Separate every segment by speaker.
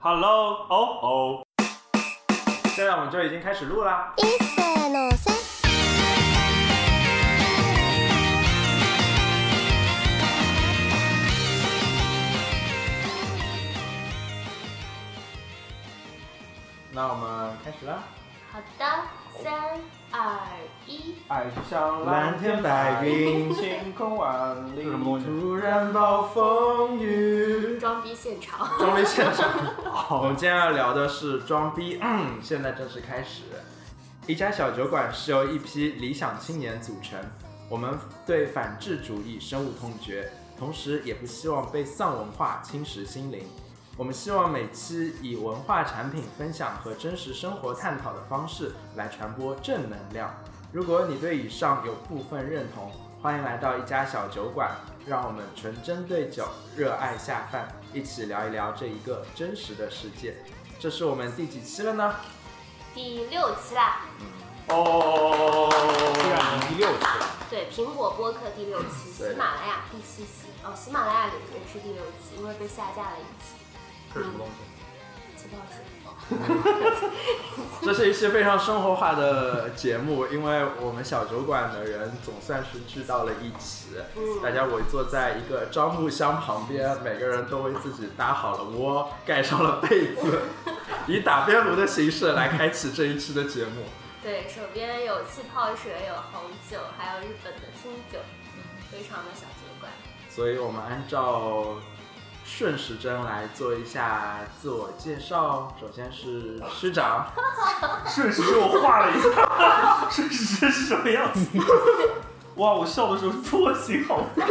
Speaker 1: Hello，哦哦，现在我们就已经开始录啦。
Speaker 2: 一世のせ
Speaker 1: 那我们开始啦。
Speaker 3: 好的，三二一，
Speaker 1: 爱像蓝天白云，晴空万里，突然暴风雨。
Speaker 3: 装逼现场。
Speaker 1: 装逼现 场。好，我们今天要聊的是装逼，嗯，现在正式开始。一家小酒馆是由一批理想青年组成，我们对反智主义深恶痛绝，同时也不希望被丧文化侵蚀心灵。我们希望每期以文化产品分享和真实生活探讨的方式来传播正能量。如果你对以上有部分认同，欢迎来到一家小酒馆，让我们纯真对酒，热爱下饭，一起聊一聊这一个真实的世界。这是我们第几期了呢？
Speaker 3: 第六期啦，
Speaker 1: 哦，
Speaker 4: 第六次，
Speaker 3: 对，苹果播客第六期，
Speaker 1: 对
Speaker 3: 喜马拉雅第七期，哦，喜马拉雅里面是第六期，因为被下架了一期。嗯
Speaker 4: 这是什么东西？
Speaker 3: 情报是
Speaker 1: 这是一期非常生活化的节目，因为我们小酒馆的人总算是聚到了一起，
Speaker 4: 嗯
Speaker 1: 大家围坐在一个樟木箱旁边，每个人都为自己搭好了窝，盖上了被 子，以打边炉的形式来开启这一期的节目。
Speaker 3: 对，手边有气泡水，有红酒，还有日本的清酒，非常的小酒馆。
Speaker 1: 所以我们按照顺时针来做一下自我介绍。首先是师 长，
Speaker 4: 顺时针我画了一下，顺时针是什么样子？哇，我笑的时候是波形， 好看。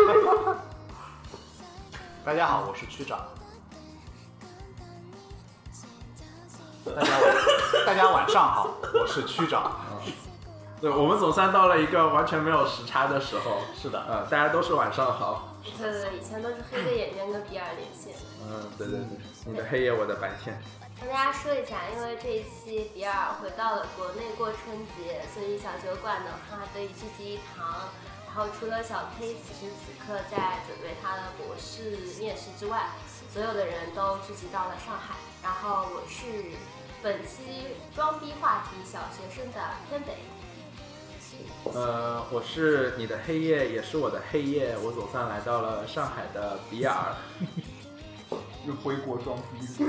Speaker 4: 大家好，我是区 长。大家晚，大家晚上好，我是区长。
Speaker 1: 对我们总算到了一个完全没有时差的时候。
Speaker 4: 是的，
Speaker 1: 呃，大家都是晚上好。
Speaker 4: 嗯
Speaker 3: 对对对，以前都是黑着眼睛跟比尔连线。
Speaker 1: 嗯，对对对，你的黑夜，我的白天。
Speaker 3: 跟大家说一下，因为这一期比尔回到了国内过春节，所以小酒馆的话得以聚集一堂。然后除了小 K 此时此刻在准备他的博士面试之外，所有的人都聚集到了上海。然后我是本期装逼话题小学生的偏北，
Speaker 1: 呃，我是你的黑夜，也是我的黑夜。我总算来到了上海的比尔。
Speaker 4: 又回国装逼。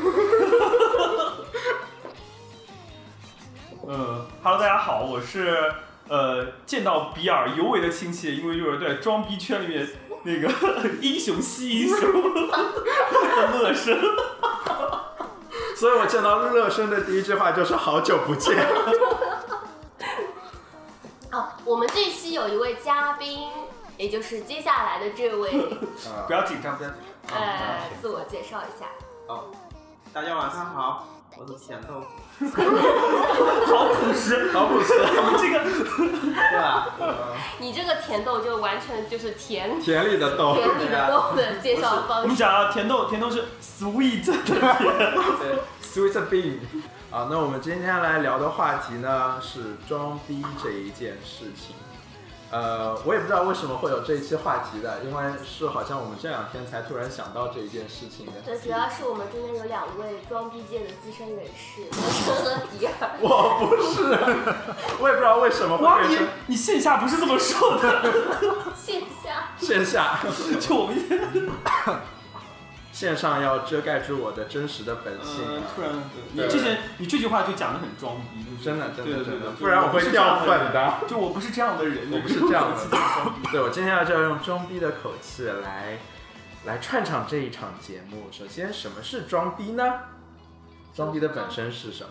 Speaker 5: 嗯，Hello，大家好，我是呃见到比尔尤为的亲戚，因为就是对装逼圈里面那个 英雄惜英雄 的乐声。
Speaker 1: 所以我见到乐生的第一句话就是好久不 见。
Speaker 3: 哦，我们这一期有一位嘉宾，也就是接下来的这位，
Speaker 1: 啊
Speaker 5: 不要紧张，不要紧
Speaker 3: 呃，自我介绍一下。
Speaker 6: 大家晚上好，我是咸豆腐，
Speaker 5: 张，好朴实，好朴实。我们这个
Speaker 6: 对吧？
Speaker 3: 你这个甜豆就完全就是甜
Speaker 1: 田里 的豆，
Speaker 3: 甜里的豆的介绍
Speaker 5: 我
Speaker 3: 方
Speaker 5: 们
Speaker 3: 式。
Speaker 5: 讲啊，甜豆，甜豆是 sweet 的甜。
Speaker 6: 对，
Speaker 1: Sweet Bean。啊，那我们今天来聊的话题呢是装逼这一件事情。呃，我也不知道为什么会有这一期话题的，因为是好像我们这两天才突然想到这一件事情的。
Speaker 3: 对，主要是我们中间有两位装逼界的资深人士，文生和比尔。
Speaker 1: 我不是， 我也不知道为什么
Speaker 5: 哇，
Speaker 1: 会
Speaker 5: 你
Speaker 1: 变成
Speaker 5: 你线下不是这么说的？
Speaker 3: 线下
Speaker 1: 线下，
Speaker 5: 就我们
Speaker 1: 线上要遮盖住我的真实的本性
Speaker 5: 呃，突然，你
Speaker 1: 对
Speaker 5: 这些你这句话就讲的很装逼，就是
Speaker 1: 真的真的
Speaker 5: 对对
Speaker 1: 真的
Speaker 5: 对，
Speaker 1: 不然我会掉粉的。
Speaker 5: 就我不是这样的人，
Speaker 1: 我不是这样的人
Speaker 5: 自己装逼
Speaker 1: 对我今天要就要用装逼的口气来来串场这一场节目。首先，什么是装逼呢？装逼的本身是什么？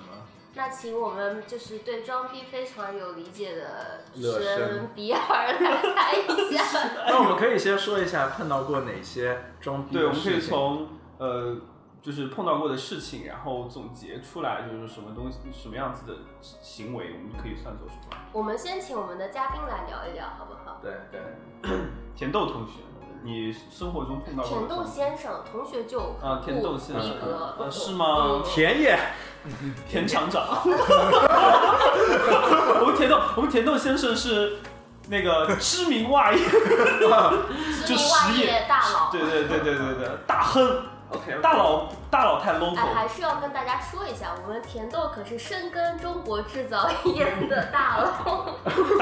Speaker 3: 那请我们就是对装逼非常有理解的
Speaker 1: 乐
Speaker 3: 神
Speaker 1: 生
Speaker 3: 比尔来谈一下。
Speaker 1: 那我们可以先说一下碰到过哪些装逼
Speaker 5: 哎对，我
Speaker 1: 的
Speaker 5: 们可以
Speaker 1: 事情。
Speaker 5: 从呃，就是碰到过的事情，然后总结出来，就是什么东西、什么样子的行为，我们可以算作什么？
Speaker 3: 我们先请我们的嘉宾来聊一聊，好不好？
Speaker 1: 对对，
Speaker 5: 甜豆同学，你生活中碰到过
Speaker 3: 甜豆
Speaker 5: 的
Speaker 3: 先生，同学就
Speaker 5: 啊，甜豆先
Speaker 3: 一
Speaker 5: 生
Speaker 3: 格，
Speaker 5: 呃是吗？
Speaker 1: 田野
Speaker 5: 田厂长，我们甜豆，我们甜豆先生是那个知名袜业，
Speaker 3: 知
Speaker 5: 就
Speaker 3: 名
Speaker 5: 实
Speaker 3: 外
Speaker 5: 业
Speaker 3: 业大佬。
Speaker 5: 对对对对对对，大亨，
Speaker 6: OK，
Speaker 5: 大佬大佬太 local
Speaker 3: 哎，
Speaker 5: 了。
Speaker 3: 还是要跟大家说一下，我们甜豆可是深耕中国制造业的大佬。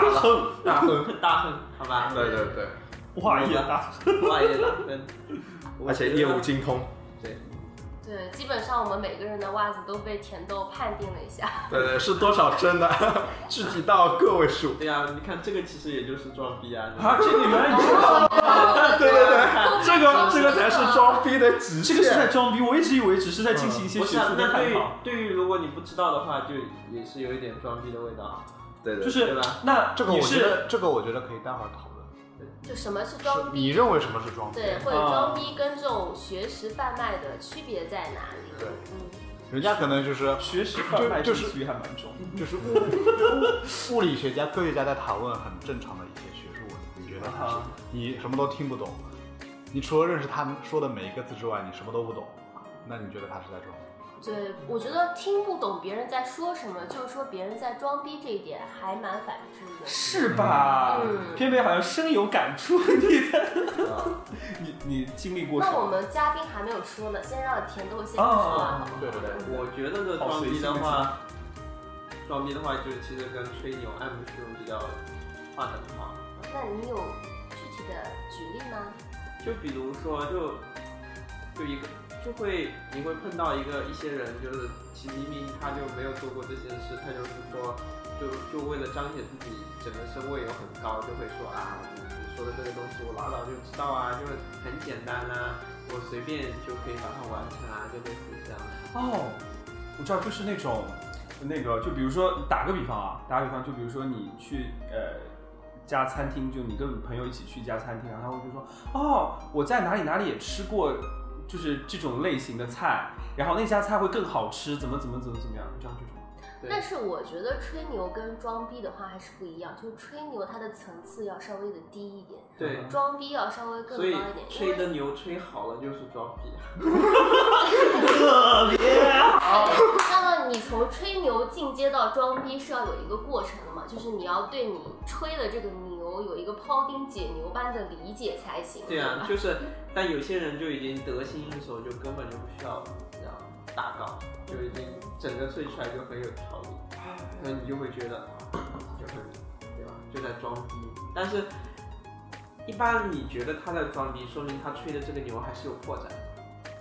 Speaker 5: 大亨，
Speaker 6: 大亨大亨，好吧，
Speaker 1: 对对对，
Speaker 5: 哇也大，
Speaker 6: 我也大亨，
Speaker 1: 而且业务精通。
Speaker 3: 对，基本上我们每个人的袜子都被甜豆判定了一下。
Speaker 1: 对对，是多少升的？ 具体到个位数。
Speaker 6: 对啊呀，你看这个其实也就是装逼啊，
Speaker 5: 啊，这个原来你
Speaker 1: 对对对，这个这个才是装逼的极
Speaker 5: 这个是在
Speaker 1: 限。
Speaker 5: 装逼，我一直以为只是在进行一些
Speaker 6: 不
Speaker 5: 学
Speaker 6: 是啊
Speaker 5: 术，的
Speaker 6: 那
Speaker 5: 探
Speaker 6: 对于
Speaker 5: 讨。
Speaker 6: 对于如果你不知道的话，就也是有一点装逼的味道，
Speaker 1: 对对
Speaker 5: 就
Speaker 1: 对，
Speaker 5: 是
Speaker 6: 对吧？
Speaker 5: 那
Speaker 2: 这个
Speaker 5: 你
Speaker 2: 我觉
Speaker 5: 是
Speaker 2: 得，这个我觉得可以待会儿讨论。
Speaker 3: 就什么是
Speaker 2: 是
Speaker 3: 装逼？
Speaker 2: 你认为什么是装逼？
Speaker 3: 对，或
Speaker 5: 啊
Speaker 3: 者装逼跟这种学识贩卖的区别在哪里？
Speaker 2: 对
Speaker 3: 嗯，
Speaker 2: 人家可能就是
Speaker 5: 学识贩卖这
Speaker 2: 就是
Speaker 5: 区别还蛮重的。
Speaker 2: 就是物物理学家、科学家在讨论很正常的一些学术问题，你觉得还是
Speaker 5: 啊
Speaker 2: 你什么都听不懂，你除了认识他们说的每一个字之外，你什么都不懂，那你觉得他是在装逼？
Speaker 3: 对，我觉得听不懂别人在说什么，就是说别人在装逼这一点还蛮反智的。
Speaker 5: 是吧？
Speaker 3: 嗯
Speaker 5: 偏偏好像深有感触，你在，你你经历过什
Speaker 3: 那我
Speaker 5: 么？
Speaker 3: 们嘉宾还没有说呢，先让甜豆先说
Speaker 5: 啊
Speaker 3: 吧。，
Speaker 2: 对对对，
Speaker 6: 我觉得的装逼的话，装逼的话就其实跟吹牛、爱慕虚荣比较划等号。
Speaker 3: 那你有具体的举例吗？
Speaker 6: 就比如说，就就一个就会你会碰到一个一些人，就是其实明明他就没有做过这些事，他就是说，就就为了彰显自己整个身位有很高，就会说啊，你你说的这个东西我老早就知道啊，就是很简单啊，我随便就可以把它完成啊，就类似于这样。
Speaker 5: 哦，我知道，就是那种，那个，就比如说打个比方啊，打个比方，就比如说你去呃一家餐厅，就你跟朋友一起去一家餐厅，然后就说，哦，我在哪里哪里也吃过，就是这种类型的菜，然后那家菜会更好吃，怎么怎么怎么怎么样，这样这种。
Speaker 6: 对
Speaker 3: 但是我觉得吹牛跟装逼的话还是不一样，就是吹牛它的层次要稍微的低一点，
Speaker 6: 对，
Speaker 3: 装逼要稍微更高
Speaker 6: 所
Speaker 3: 一
Speaker 6: 以
Speaker 3: 点。因
Speaker 6: 吹
Speaker 3: 为
Speaker 6: 的牛吹好了就是装逼啊。
Speaker 3: 那么你从吹牛进阶到装逼是要有一个过程的嘛，就是你要对你吹的这个牛有一个庖丁解牛般的理解才行。
Speaker 6: 对啊，
Speaker 3: 吧
Speaker 6: 就是，但有些人就已经得心应手，就根本就不需要这样大搞，就已经整个睡出来就很有条理，那你就会觉得 就很对吧？就在装逼，但是一般你觉得他在装逼，说明他吹的这个牛还是有破绽，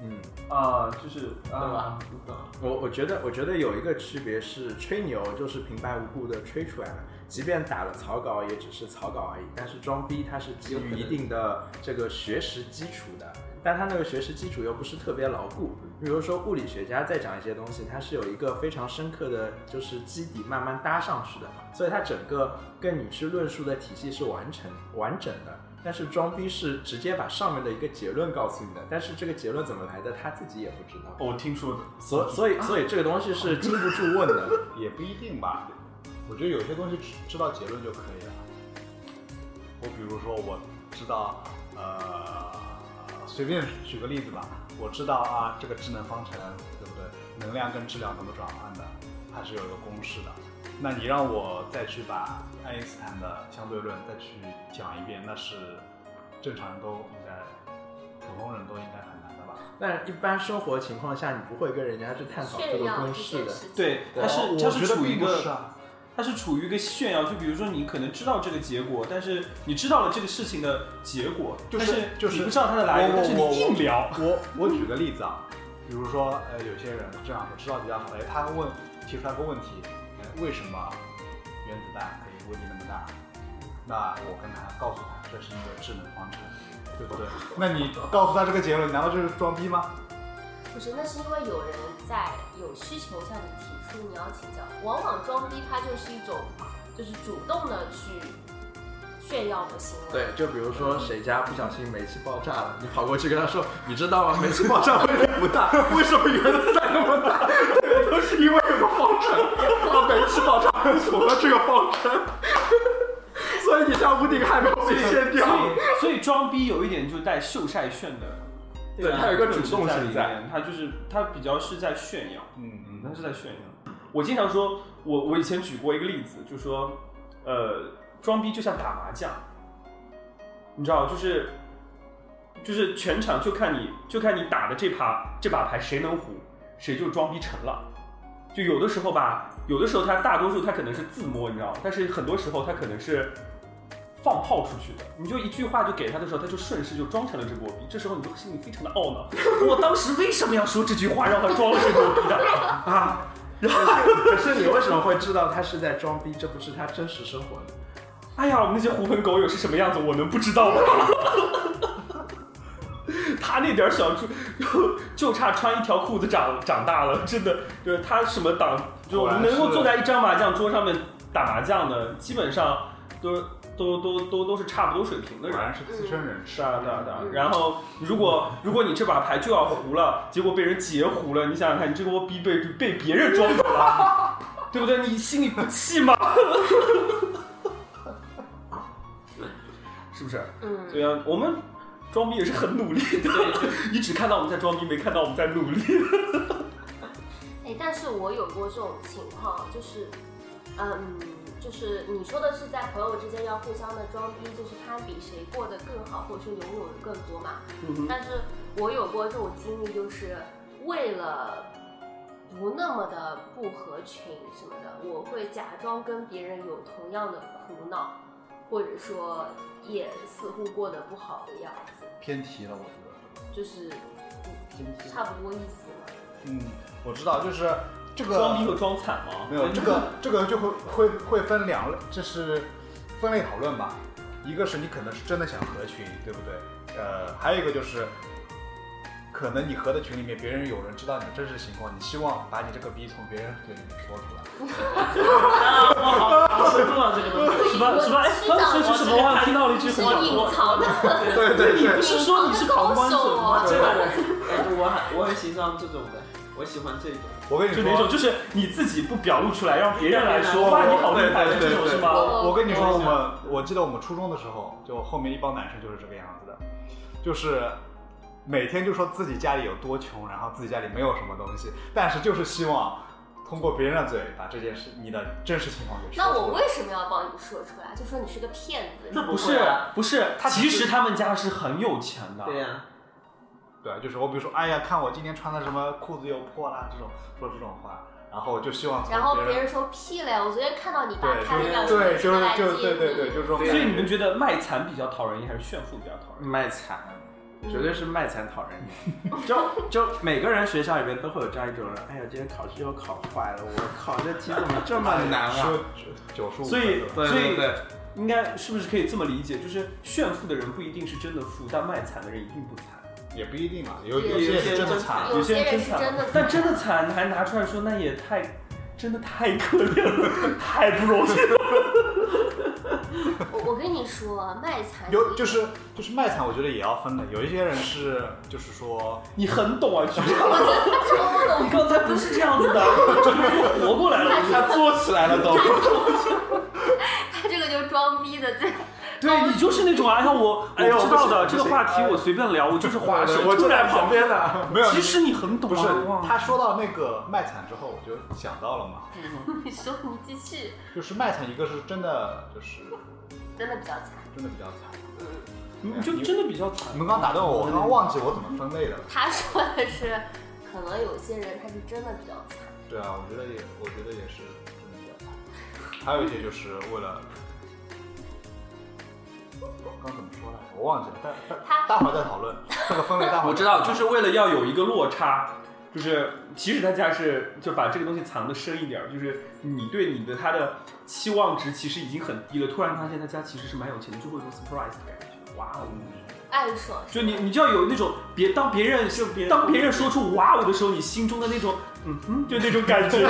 Speaker 1: 嗯，
Speaker 5: 啊、就是
Speaker 6: 对
Speaker 5: 啊
Speaker 2: 嗯
Speaker 6: 吧，？嗯你懂吗？
Speaker 1: 我我觉得我觉得有一个区别是吹牛就是平白无故的吹出来了，即便打了草稿也只是草稿而已，但是装逼它是基于一定的这个学识基础的。但他那个学识基础又不是特别牢固，比如说物理学家在讲一些东西，他是有一个非常深刻的就是基底慢慢搭上去的，所以他整个跟你去论述的体系是完成完整的。但是装逼是直接把上面的一个结论告诉你的，但是这个结论怎么来的他自己也不知道。
Speaker 5: 我听说的，
Speaker 1: 所所以所以这个东西是禁不住问的，
Speaker 2: 也不一定吧。我觉得有些东西知知道结论就可以了。我比如说，我知道，呃，随便举个例子吧，我知道啊，这个智能方程对不对？能量跟质量怎么转换的，它是有一个公式的。那你让我再去把爱因斯坦的相对论再去讲一遍，那是正常人都应该，普通人都应该很难的吧？
Speaker 1: 但一般生活情况下，你不会跟人家去探讨这
Speaker 3: 炫
Speaker 1: 个
Speaker 3: 耀
Speaker 1: 公
Speaker 3: 这
Speaker 1: 式
Speaker 3: 件
Speaker 1: 的。
Speaker 3: 事情。
Speaker 5: 对，
Speaker 1: 对
Speaker 5: 它是它
Speaker 2: 我
Speaker 5: 是
Speaker 2: 觉得
Speaker 5: 处于一
Speaker 2: 并不
Speaker 5: 个
Speaker 2: 是啊。
Speaker 5: 它是处于一个炫耀，就比如说你可能知道这个结果，但是你知道了这个事情的结果，
Speaker 2: 就是
Speaker 5: 但是
Speaker 2: 就是
Speaker 5: 你不知道它的来源，
Speaker 2: 我
Speaker 5: 但是
Speaker 2: 我
Speaker 5: 你硬聊，
Speaker 2: 我我举个例子啊，比如说呃，有些人这样说，知道比较好，哎，他问提出来个问题，哎，为什么原子弹可以威力那么大？那我跟他告诉他，这是一个智能方程，对不对？那你告诉他这个结论，难道这是装逼吗？
Speaker 3: 不是，那是因为有人在有需求向你提出你要请教，往往装逼它就是一种就是主动的去炫耀的行为。
Speaker 1: 对，就比如说谁家不小心煤气爆炸了，你跑过去跟他说，你知道吗？煤气爆炸威力不大，为什么原子弹那么大？对，都是因为有个方程，那煤气爆炸符合这个方程，所以你像屋顶还没有被掀
Speaker 5: 所
Speaker 1: 掉。
Speaker 5: 以所以装逼有一点就带秀晒炫的呃
Speaker 1: 对，
Speaker 6: 啊
Speaker 1: 它有一个主动
Speaker 5: 在里
Speaker 1: 性在。
Speaker 5: 面，它就是它比较是在炫耀，
Speaker 2: 嗯
Speaker 5: 嗯，它是在炫耀。我经常说，我我以前举过一个例子，就说，呃，装逼就像打麻将，你知道，就是就是全场就看你就看你打的这把这把牌谁能胡，谁就装逼成了。就有的时候吧，有的时候他大多数他可能是自摸，你知道吗？但是很多时候他可能是放炮出去的。你就一句话就给他的时候，他就顺势就装成了这波逼。这时候你就心里非常的懊恼， 我当时为什么要说这句话让他装了这波逼的啊？
Speaker 1: 可是你为什么会知道他是在装逼？这不是他真实生活的。
Speaker 5: 哎呀，我们那些狐朋狗友是什么样子，我能不知道吗？ 他那点儿小猪，就差穿一条裤子长长大了，真的就是他什么党，就
Speaker 2: 果然是
Speaker 5: 能够坐在一张麻将桌上面打麻将的，基本上都都都都都是差不多水平的
Speaker 2: 果
Speaker 5: 人。
Speaker 2: 然是资深人士
Speaker 5: 是啊，对啊，对啊。
Speaker 2: 嗯
Speaker 5: 然后，如果如果你这把牌就要胡了，结果被人截胡了，你想想看，你这个逼被被别人装走了， 对不对？你心里不气吗？是不是？
Speaker 3: 嗯，
Speaker 5: 对啊，我们装逼也是很努力的， 你只看到我们在装逼，没看到我们在努力。
Speaker 3: 哎，但是我有过这种情况，就是，嗯，就是你说的是在朋友之间要互相的装逼，就是攀比谁过得更好，或者说拥有的更多嘛。
Speaker 5: 嗯
Speaker 3: 但是我有过这种经历，就是为了不那么的不合群什么的，我会假装跟别人有同样的苦恼，或者说也似乎过得不好的样子，
Speaker 2: 偏题了，我觉
Speaker 3: 就是嗯
Speaker 2: 得偏题。
Speaker 3: 差不多意思嘛。
Speaker 2: 嗯，我知道，就是这个
Speaker 5: 装逼和装惨哎嘛，
Speaker 2: 没有这个这个就会会会分两类，这是分类讨论吧。一个是你可能是真的想合群，对不对？呃，还有一个就是，可能你合的群里面别人有人知道你的真实情况，你希望把你这个逼从别人嘴里面说出来。
Speaker 6: 啊，我好好深入啊，这个东西。
Speaker 5: 是吧？是吧？哎，刚才是什么？我好像听到了一句很
Speaker 3: 我隐藏的，
Speaker 2: 对对对，
Speaker 5: 是说你是旁观者吗
Speaker 3: 我
Speaker 2: 啊
Speaker 6: 啊这个我， 哎，我很我很欣赏这种的，我喜欢这种。
Speaker 2: 我跟你
Speaker 5: 就那种，
Speaker 2: 说，
Speaker 5: 就是你自己不表露出来，让别人来说，
Speaker 6: 对
Speaker 5: 哇，你好厉害，
Speaker 2: 对对
Speaker 5: 这种
Speaker 2: 对
Speaker 5: 是 吗？
Speaker 2: 哦我跟你说，我们我记得我们初中的时候，就后面一帮男生就是这个样子的，就是每天就说自己家里有多穷，然后自己家里没有什么东西，但是就是希望通过别人的嘴把这件事你的真实情况给说
Speaker 3: 那我
Speaker 2: 出来。
Speaker 3: 为什么要帮你说出来？就说你是个骗子。
Speaker 6: 那
Speaker 5: 不
Speaker 6: 不
Speaker 5: 是
Speaker 6: 会啊
Speaker 5: 不是，
Speaker 2: 他
Speaker 5: 其
Speaker 2: 其实
Speaker 5: 实他们家是很有钱的，
Speaker 6: 对呀，
Speaker 2: 对，就是我比如说，哎呀，看我今天穿的什么裤子又破啦，这种说这种话，然后就希望从
Speaker 3: 然后别
Speaker 2: 别
Speaker 3: 人说屁嘞，我昨天看到你爸
Speaker 2: 对，
Speaker 3: 开了一辆
Speaker 2: 就
Speaker 3: 车
Speaker 2: 是对，就
Speaker 3: 车
Speaker 2: 是
Speaker 3: 来接
Speaker 2: 就是对对对，
Speaker 3: 你。
Speaker 2: 就是这种感觉。
Speaker 5: 所以你们觉得卖惨比较讨人厌，还是炫富比较讨人
Speaker 1: 卖惨，绝对是卖惨讨人厌。 就就每个人学校里面都会有这样一种人，哎呀，今天考试又考坏了，我靠，这题怎么这么 难啊
Speaker 2: 说？九十五，
Speaker 5: 所以
Speaker 1: 对对对，
Speaker 5: 厌？应该是不是可以这么理解？就是炫富的人不一定是真的富，但卖惨的人一定不惨。
Speaker 2: 也不一定嘛，有
Speaker 3: 有
Speaker 2: 有
Speaker 6: 些
Speaker 2: 些是真的惨，
Speaker 3: 有
Speaker 5: 些
Speaker 3: 些
Speaker 5: 人
Speaker 3: 人
Speaker 5: 真
Speaker 3: 是
Speaker 5: 惨
Speaker 3: 真的
Speaker 5: 但真的惨，你还拿出来说，那也太，真的太可怜了，太不容易了。
Speaker 3: 我我跟你说，卖惨
Speaker 2: 有就是就是卖惨，我觉得也要分的。有一些人是就是说，
Speaker 5: 你很懂啊，局长，
Speaker 3: 我真的超
Speaker 5: 你
Speaker 3: 懂。
Speaker 5: 刚才不是这样子的，怎么又活过来了？
Speaker 1: 他做起来了都。
Speaker 3: 他这个就是装逼的，这
Speaker 5: 对你就是那种啊，哎呀，我
Speaker 1: 哎呦
Speaker 5: 我知道的，
Speaker 1: 不行
Speaker 5: 这个
Speaker 1: 不行
Speaker 5: 话题我随便聊，我就是划手，
Speaker 1: 我
Speaker 5: 突
Speaker 1: 就在
Speaker 5: 然跑。
Speaker 1: 旁边呢。
Speaker 2: 没有
Speaker 5: 其实你很懂
Speaker 2: 不是
Speaker 5: 啊，
Speaker 2: 他说到那个卖惨之后，我就想到了嘛，
Speaker 3: 你说你继续，
Speaker 2: 就是卖惨，一个是真的就是
Speaker 3: 真的比较惨。
Speaker 2: 真的比较惨。
Speaker 5: 你就真的比较惨
Speaker 2: 你。们刚打断我，我刚刚忘记我怎么分类了。
Speaker 3: 他说的是，可能有些人他是真的比较惨。
Speaker 2: 对啊，我觉得也我觉得也是真的比较惨。还有一些就是为了。刚怎么说来着？我忘记了，待待
Speaker 3: 他
Speaker 2: 待会儿再讨论这个分类。待会儿
Speaker 5: 我知道，就是为了要有一个落差，就是其实他家是就把这个东西藏得深一点儿，就是你对你的他的期望值其实已经很低了，突然发现他家其实是蛮有钱的，就会有一种 surprise 的感觉。哇哦！
Speaker 3: 暗爽
Speaker 5: 就你，你就要有那种别当别人就别当别人说出哇哦的时候，你心中的那种嗯哼，就那种感 觉，
Speaker 1: 你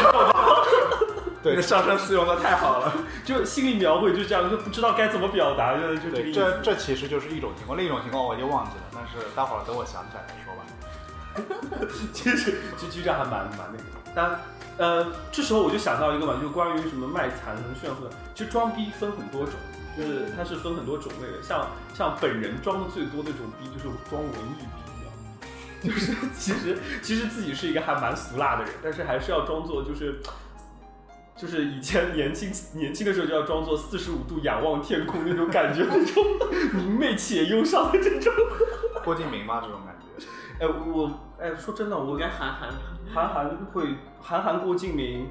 Speaker 2: 对
Speaker 1: 的上升词用的太好了。
Speaker 5: 就心里描绘就这样，就不知道该怎么表达，就就这个
Speaker 2: 对，
Speaker 5: 意思。
Speaker 2: 这这其实就是一种情况，另一种情况我已经忘记了，但是待会儿等我想起来再说吧。
Speaker 5: 其实就局长还蛮蛮那个，但呃，这时候我就想到一个嘛，就关于什么卖惨、什么炫富的，其实装逼分很多种，就是它是分很多种类的。像像本人装的最多的一种逼，就是装文艺逼，你知道吗？ 就是其实其实自己是一个还蛮俗辣的人，但是还是要装作就是。就是以前年轻年轻的时候就要装作 四十五度仰望天空那种感觉，那种明媚且忧伤的这种。
Speaker 2: 郭敬明嘛，这种感觉。
Speaker 5: 哎，我哎，说真的，我
Speaker 6: 应该韩寒吧？
Speaker 5: 韩寒会韩寒郭敬明，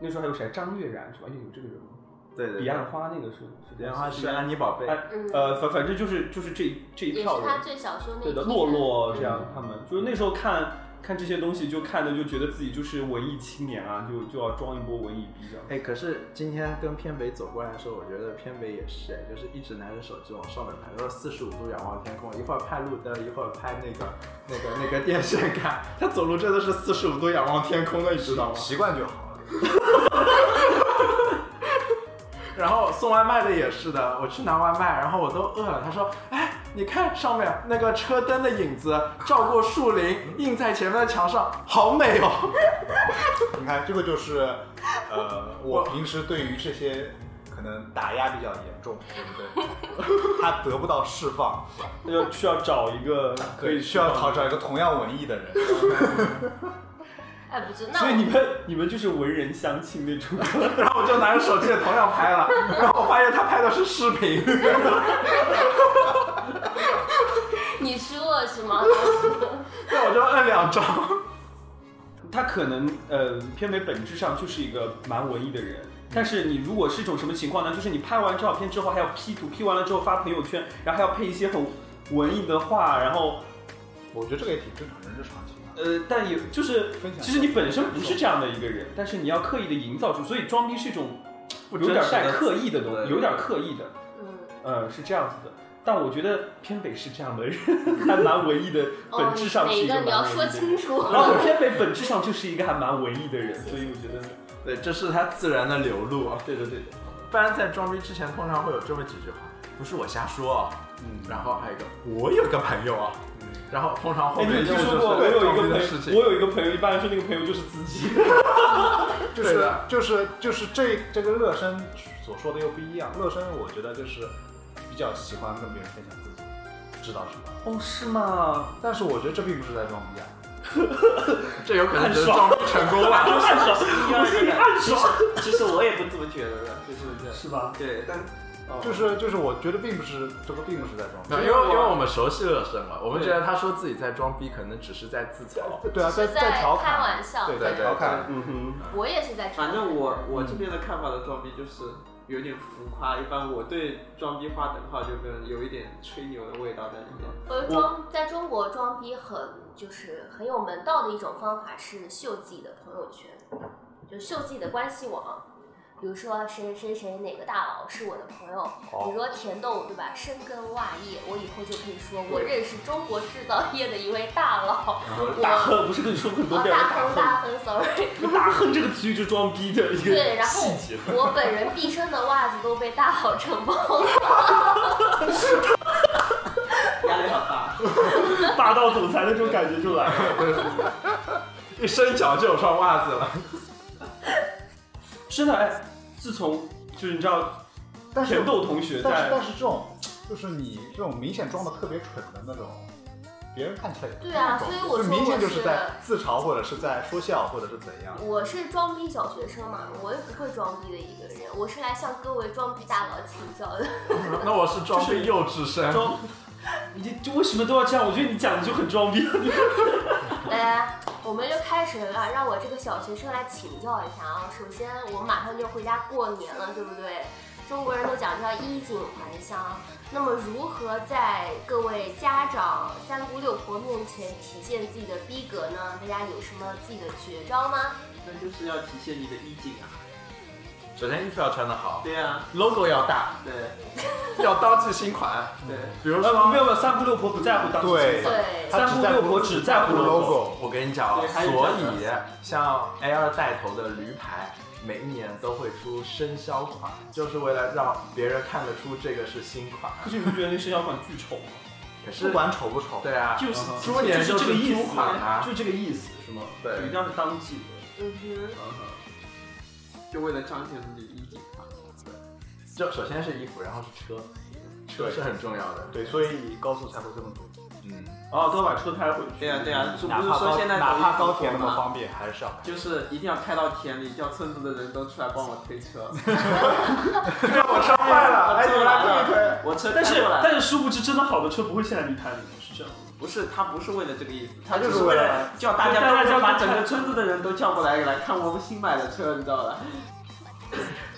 Speaker 5: 那时候还有谁？张悦然是吧？哎有这个人吗？
Speaker 1: 对对，
Speaker 5: 彼岸花那个是是
Speaker 1: 莲花是安妮宝贝，
Speaker 5: 哎
Speaker 3: 嗯，
Speaker 5: 呃，反反正就是就是这一这一
Speaker 3: 也是
Speaker 5: 票
Speaker 3: 他
Speaker 5: 人，
Speaker 3: 最小说那
Speaker 5: 对的，
Speaker 3: 批
Speaker 5: 洛
Speaker 3: 人
Speaker 5: 洛这样
Speaker 3: 嗯，
Speaker 5: 他们就是那时候看看这些东西，就看的就觉得自己就是文艺青年啊，就就要装一波文艺逼这样。
Speaker 1: 哎，可是今天跟偏北走过来的时候，我觉得偏北也是，哎就是一直拿着手机往上面拍，然后四十五度仰望天空，一会儿拍路呃灯，一会儿拍那个那个那个电线杆，他走路真的是四十五度仰望天空的，你知道吗？
Speaker 2: 习惯就好了。
Speaker 1: 然后送外卖的也是的，我去拿外卖，然后我都饿了，他说，哎，你看上面那个车灯的影子照过树林，映在前面的墙上，好美哦。
Speaker 2: 你看，这个就是，呃，我平时对于这些可能打压比较严重，对不对？ 他得不到释放，
Speaker 5: 那就需要找一个可以
Speaker 2: 需要讨找一个同样文艺的人。
Speaker 3: 哎，不知那
Speaker 5: 所以
Speaker 3: 我
Speaker 5: 你们你们就是文人相亲那种，
Speaker 1: 然后我就拿着手机也同样拍了，然后我发现他拍的是视频。
Speaker 3: 你输了是吗？
Speaker 1: 那我就摁两张。
Speaker 5: 他可能
Speaker 1: 嗯
Speaker 5: 呃偏为本质上就是一个蛮文艺的人。但是你如果是一种什么情况呢？就是你拍完照片之后还要 P 图，P 完了之后发朋友圈，然后还要配一些很文艺的话，然后
Speaker 2: 我觉得这个也挺正常，人之常情啊。
Speaker 5: 呃，但也就是
Speaker 2: 分享
Speaker 5: 其实你本身不是这样的一个人，但是你要刻意的营造出，所以装逼是一种有点带刻意的东
Speaker 1: 对
Speaker 5: 西，有点刻意的，
Speaker 3: 嗯，
Speaker 5: 呃，是这样子的。但我觉得偏北是这样的人，还蛮文艺的，
Speaker 3: 哦
Speaker 5: 本质上是
Speaker 3: 哪
Speaker 5: 一
Speaker 3: 个
Speaker 5: 个
Speaker 3: 你要
Speaker 5: 蛮
Speaker 3: 说
Speaker 5: 文艺的人。
Speaker 3: 清楚。
Speaker 5: 然后偏北本质上就是一个还蛮文艺的人，所以我觉得，
Speaker 1: 对，这是他自然的流露啊。
Speaker 5: 对的对的，
Speaker 1: 不然在装逼之前，通常会有这么几句话：不是我瞎说啊。
Speaker 2: 嗯
Speaker 1: 然后还有一个，我有个朋友啊。然后通常后
Speaker 5: 哎，你有
Speaker 1: 面就
Speaker 5: 听
Speaker 1: 是
Speaker 5: 说过？我有一
Speaker 1: 装
Speaker 5: 个
Speaker 1: 逼
Speaker 5: 朋
Speaker 1: 的
Speaker 5: 友
Speaker 1: 事，情。
Speaker 5: 我有一个朋友，一般来说那个朋友就是自己。
Speaker 2: 就
Speaker 1: 对
Speaker 2: 是
Speaker 1: 的
Speaker 2: 就是就是这这跟乐生所说的又不一样。乐生我觉得就是比较喜欢跟别人分享自己知道什么，
Speaker 5: 哦，是吗？
Speaker 2: 但是我觉得这并不是在装逼啊。
Speaker 1: 这有可能就是装逼成功了。
Speaker 4: 暗爽，
Speaker 6: 我
Speaker 4: 我
Speaker 6: 是
Speaker 4: 是
Speaker 6: 你
Speaker 4: 你
Speaker 6: 暗
Speaker 4: 暗
Speaker 6: 爽
Speaker 4: 爽，
Speaker 6: 其实我也不这么觉得的，就是这样。
Speaker 5: 是吧？
Speaker 6: 对，但
Speaker 1: 哦
Speaker 2: 就是就是，我觉得并不是这个，并不是在装
Speaker 1: 没
Speaker 2: 逼。
Speaker 1: 有因为因为我们熟悉乐生了，我们觉得他说自己在装逼，可能只是在自嘲。
Speaker 2: 对啊，
Speaker 3: 是
Speaker 2: 在
Speaker 3: 在
Speaker 2: 调
Speaker 3: 开
Speaker 2: 侃，
Speaker 3: 玩 笑，
Speaker 2: 对，
Speaker 1: 对
Speaker 2: 在
Speaker 1: 对
Speaker 2: 调侃。
Speaker 5: 嗯哼，
Speaker 3: 我也是在
Speaker 6: 反
Speaker 3: 装逼。
Speaker 6: 正我我这边的看法的装逼就是有点浮夸，一般我对装逼划等号就跟有一点吹牛的味道在里面。
Speaker 3: 我装在中国装逼很就是很有门道的一种方法是秀自己的朋友圈，就秀自己的关系网。比如说谁谁谁哪个大佬是我的朋友，比如说甜豆对吧？深耕袜业，我以后就可以说我认识中国制造业的一位大佬，我
Speaker 5: 大亨不是跟你说很多
Speaker 3: 啊
Speaker 5: 遍了大
Speaker 3: 大亨
Speaker 5: 亨
Speaker 3: 大亨，sorry。
Speaker 5: 大亨这个词语就装逼的一
Speaker 3: 对，
Speaker 5: 个
Speaker 3: 然后
Speaker 5: 细节。
Speaker 3: 我本人毕生的袜子都被大佬承包了，
Speaker 6: 压力好大。
Speaker 5: 霸道总裁那种感觉就来了。
Speaker 1: 一伸脚就有双袜子了。
Speaker 5: 真的，哎，自从就是你知道
Speaker 2: 但是
Speaker 5: 甜豆同学
Speaker 2: 但是
Speaker 5: 在
Speaker 2: 但是这种就是你这种明显装的特别蠢的那种，别人看起来也不
Speaker 3: 对啊
Speaker 2: 那种
Speaker 3: 所以我
Speaker 2: 就
Speaker 3: 说
Speaker 2: 明显
Speaker 3: 我
Speaker 2: 就是
Speaker 3: 是
Speaker 2: 在自嘲或者是在说笑或者是怎样。
Speaker 3: 我是装逼小学生嘛，我也不会装逼的一个人，我是来向各位装逼大佬请教的。
Speaker 1: 那我是装逼幼稚生。
Speaker 5: 装，你就为什么都要这样？我觉得你讲的就很装逼。
Speaker 3: 来，我们就开始了，让我这个小学生来请教一下啊。首先，我马上就回家过年了，对不对？中国人都讲叫衣锦还乡，那么如何在各位家长、三姑六婆面前体现自己的逼格呢？大家有什么自己的绝招吗？
Speaker 6: 那就是要体现你的衣锦啊。
Speaker 1: 首先衣服要穿得好
Speaker 6: 对啊，
Speaker 1: ，logo 要大，
Speaker 6: 对
Speaker 1: 要当季新款。
Speaker 6: 对。
Speaker 1: 比如
Speaker 5: 没有呃没
Speaker 1: 说，
Speaker 5: 有，没有三姑六婆不在乎当时
Speaker 2: 对
Speaker 3: 对，
Speaker 2: 他
Speaker 5: 三
Speaker 2: 只
Speaker 5: 姑
Speaker 2: 在乎
Speaker 5: 六婆只在乎 logo。
Speaker 2: logo，
Speaker 1: 我跟你讲啊，
Speaker 6: 对还有
Speaker 1: 所
Speaker 6: 这样
Speaker 1: 以像 A 二带头的驴牌，每一年都会出生肖款，就是为了让别人看得出这个是新款。
Speaker 5: 可是你不觉得那生肖款巨丑吗？
Speaker 1: 可是
Speaker 2: 不，管丑不丑，
Speaker 1: 对啊，
Speaker 5: 就是
Speaker 1: 猪年
Speaker 5: 就是这个意
Speaker 1: 猪
Speaker 5: 思
Speaker 1: 款啊，
Speaker 5: 就这个意思是吗？
Speaker 1: 对
Speaker 5: 就一定要是当季的。
Speaker 6: 嗯哼，就为了彰显你的衣锦啊。
Speaker 1: 就首先是衣服，然后是车，车是很重要的。
Speaker 2: 对，所以高速才会这么多。
Speaker 1: 嗯，
Speaker 4: 哦，都要把车开回去。
Speaker 6: 对
Speaker 5: 嗯
Speaker 6: 啊呀、对呀、就
Speaker 2: 哪
Speaker 6: 不是
Speaker 2: 怕
Speaker 6: 说
Speaker 2: 高
Speaker 6: 现在
Speaker 2: 哪怕
Speaker 6: 抖
Speaker 2: 高
Speaker 6: 音
Speaker 2: 铁那
Speaker 6: 很火吗？
Speaker 2: 么方便，还是要开。
Speaker 6: 就是一定要开到田里，叫村子的人都出来帮我推车。
Speaker 1: 我上坏了，哎，
Speaker 6: 哎
Speaker 1: 你
Speaker 6: 你
Speaker 1: 们来
Speaker 6: 们
Speaker 1: 推
Speaker 6: 来推
Speaker 1: 一
Speaker 6: 一
Speaker 1: 推。
Speaker 6: 我车
Speaker 4: 但
Speaker 6: 开
Speaker 4: 是
Speaker 6: 过来，
Speaker 4: 但是殊不知，真的好的车不会陷在泥潭里面，是这样的。
Speaker 6: 不是他不是为了这个意思，他
Speaker 2: 就
Speaker 6: 就是是
Speaker 2: 为
Speaker 6: 为
Speaker 2: 了
Speaker 6: 了叫大家
Speaker 4: 对大家
Speaker 6: 都
Speaker 4: 叫
Speaker 6: 把整个村子的人都叫过来来看我们新买的车，你知道吧？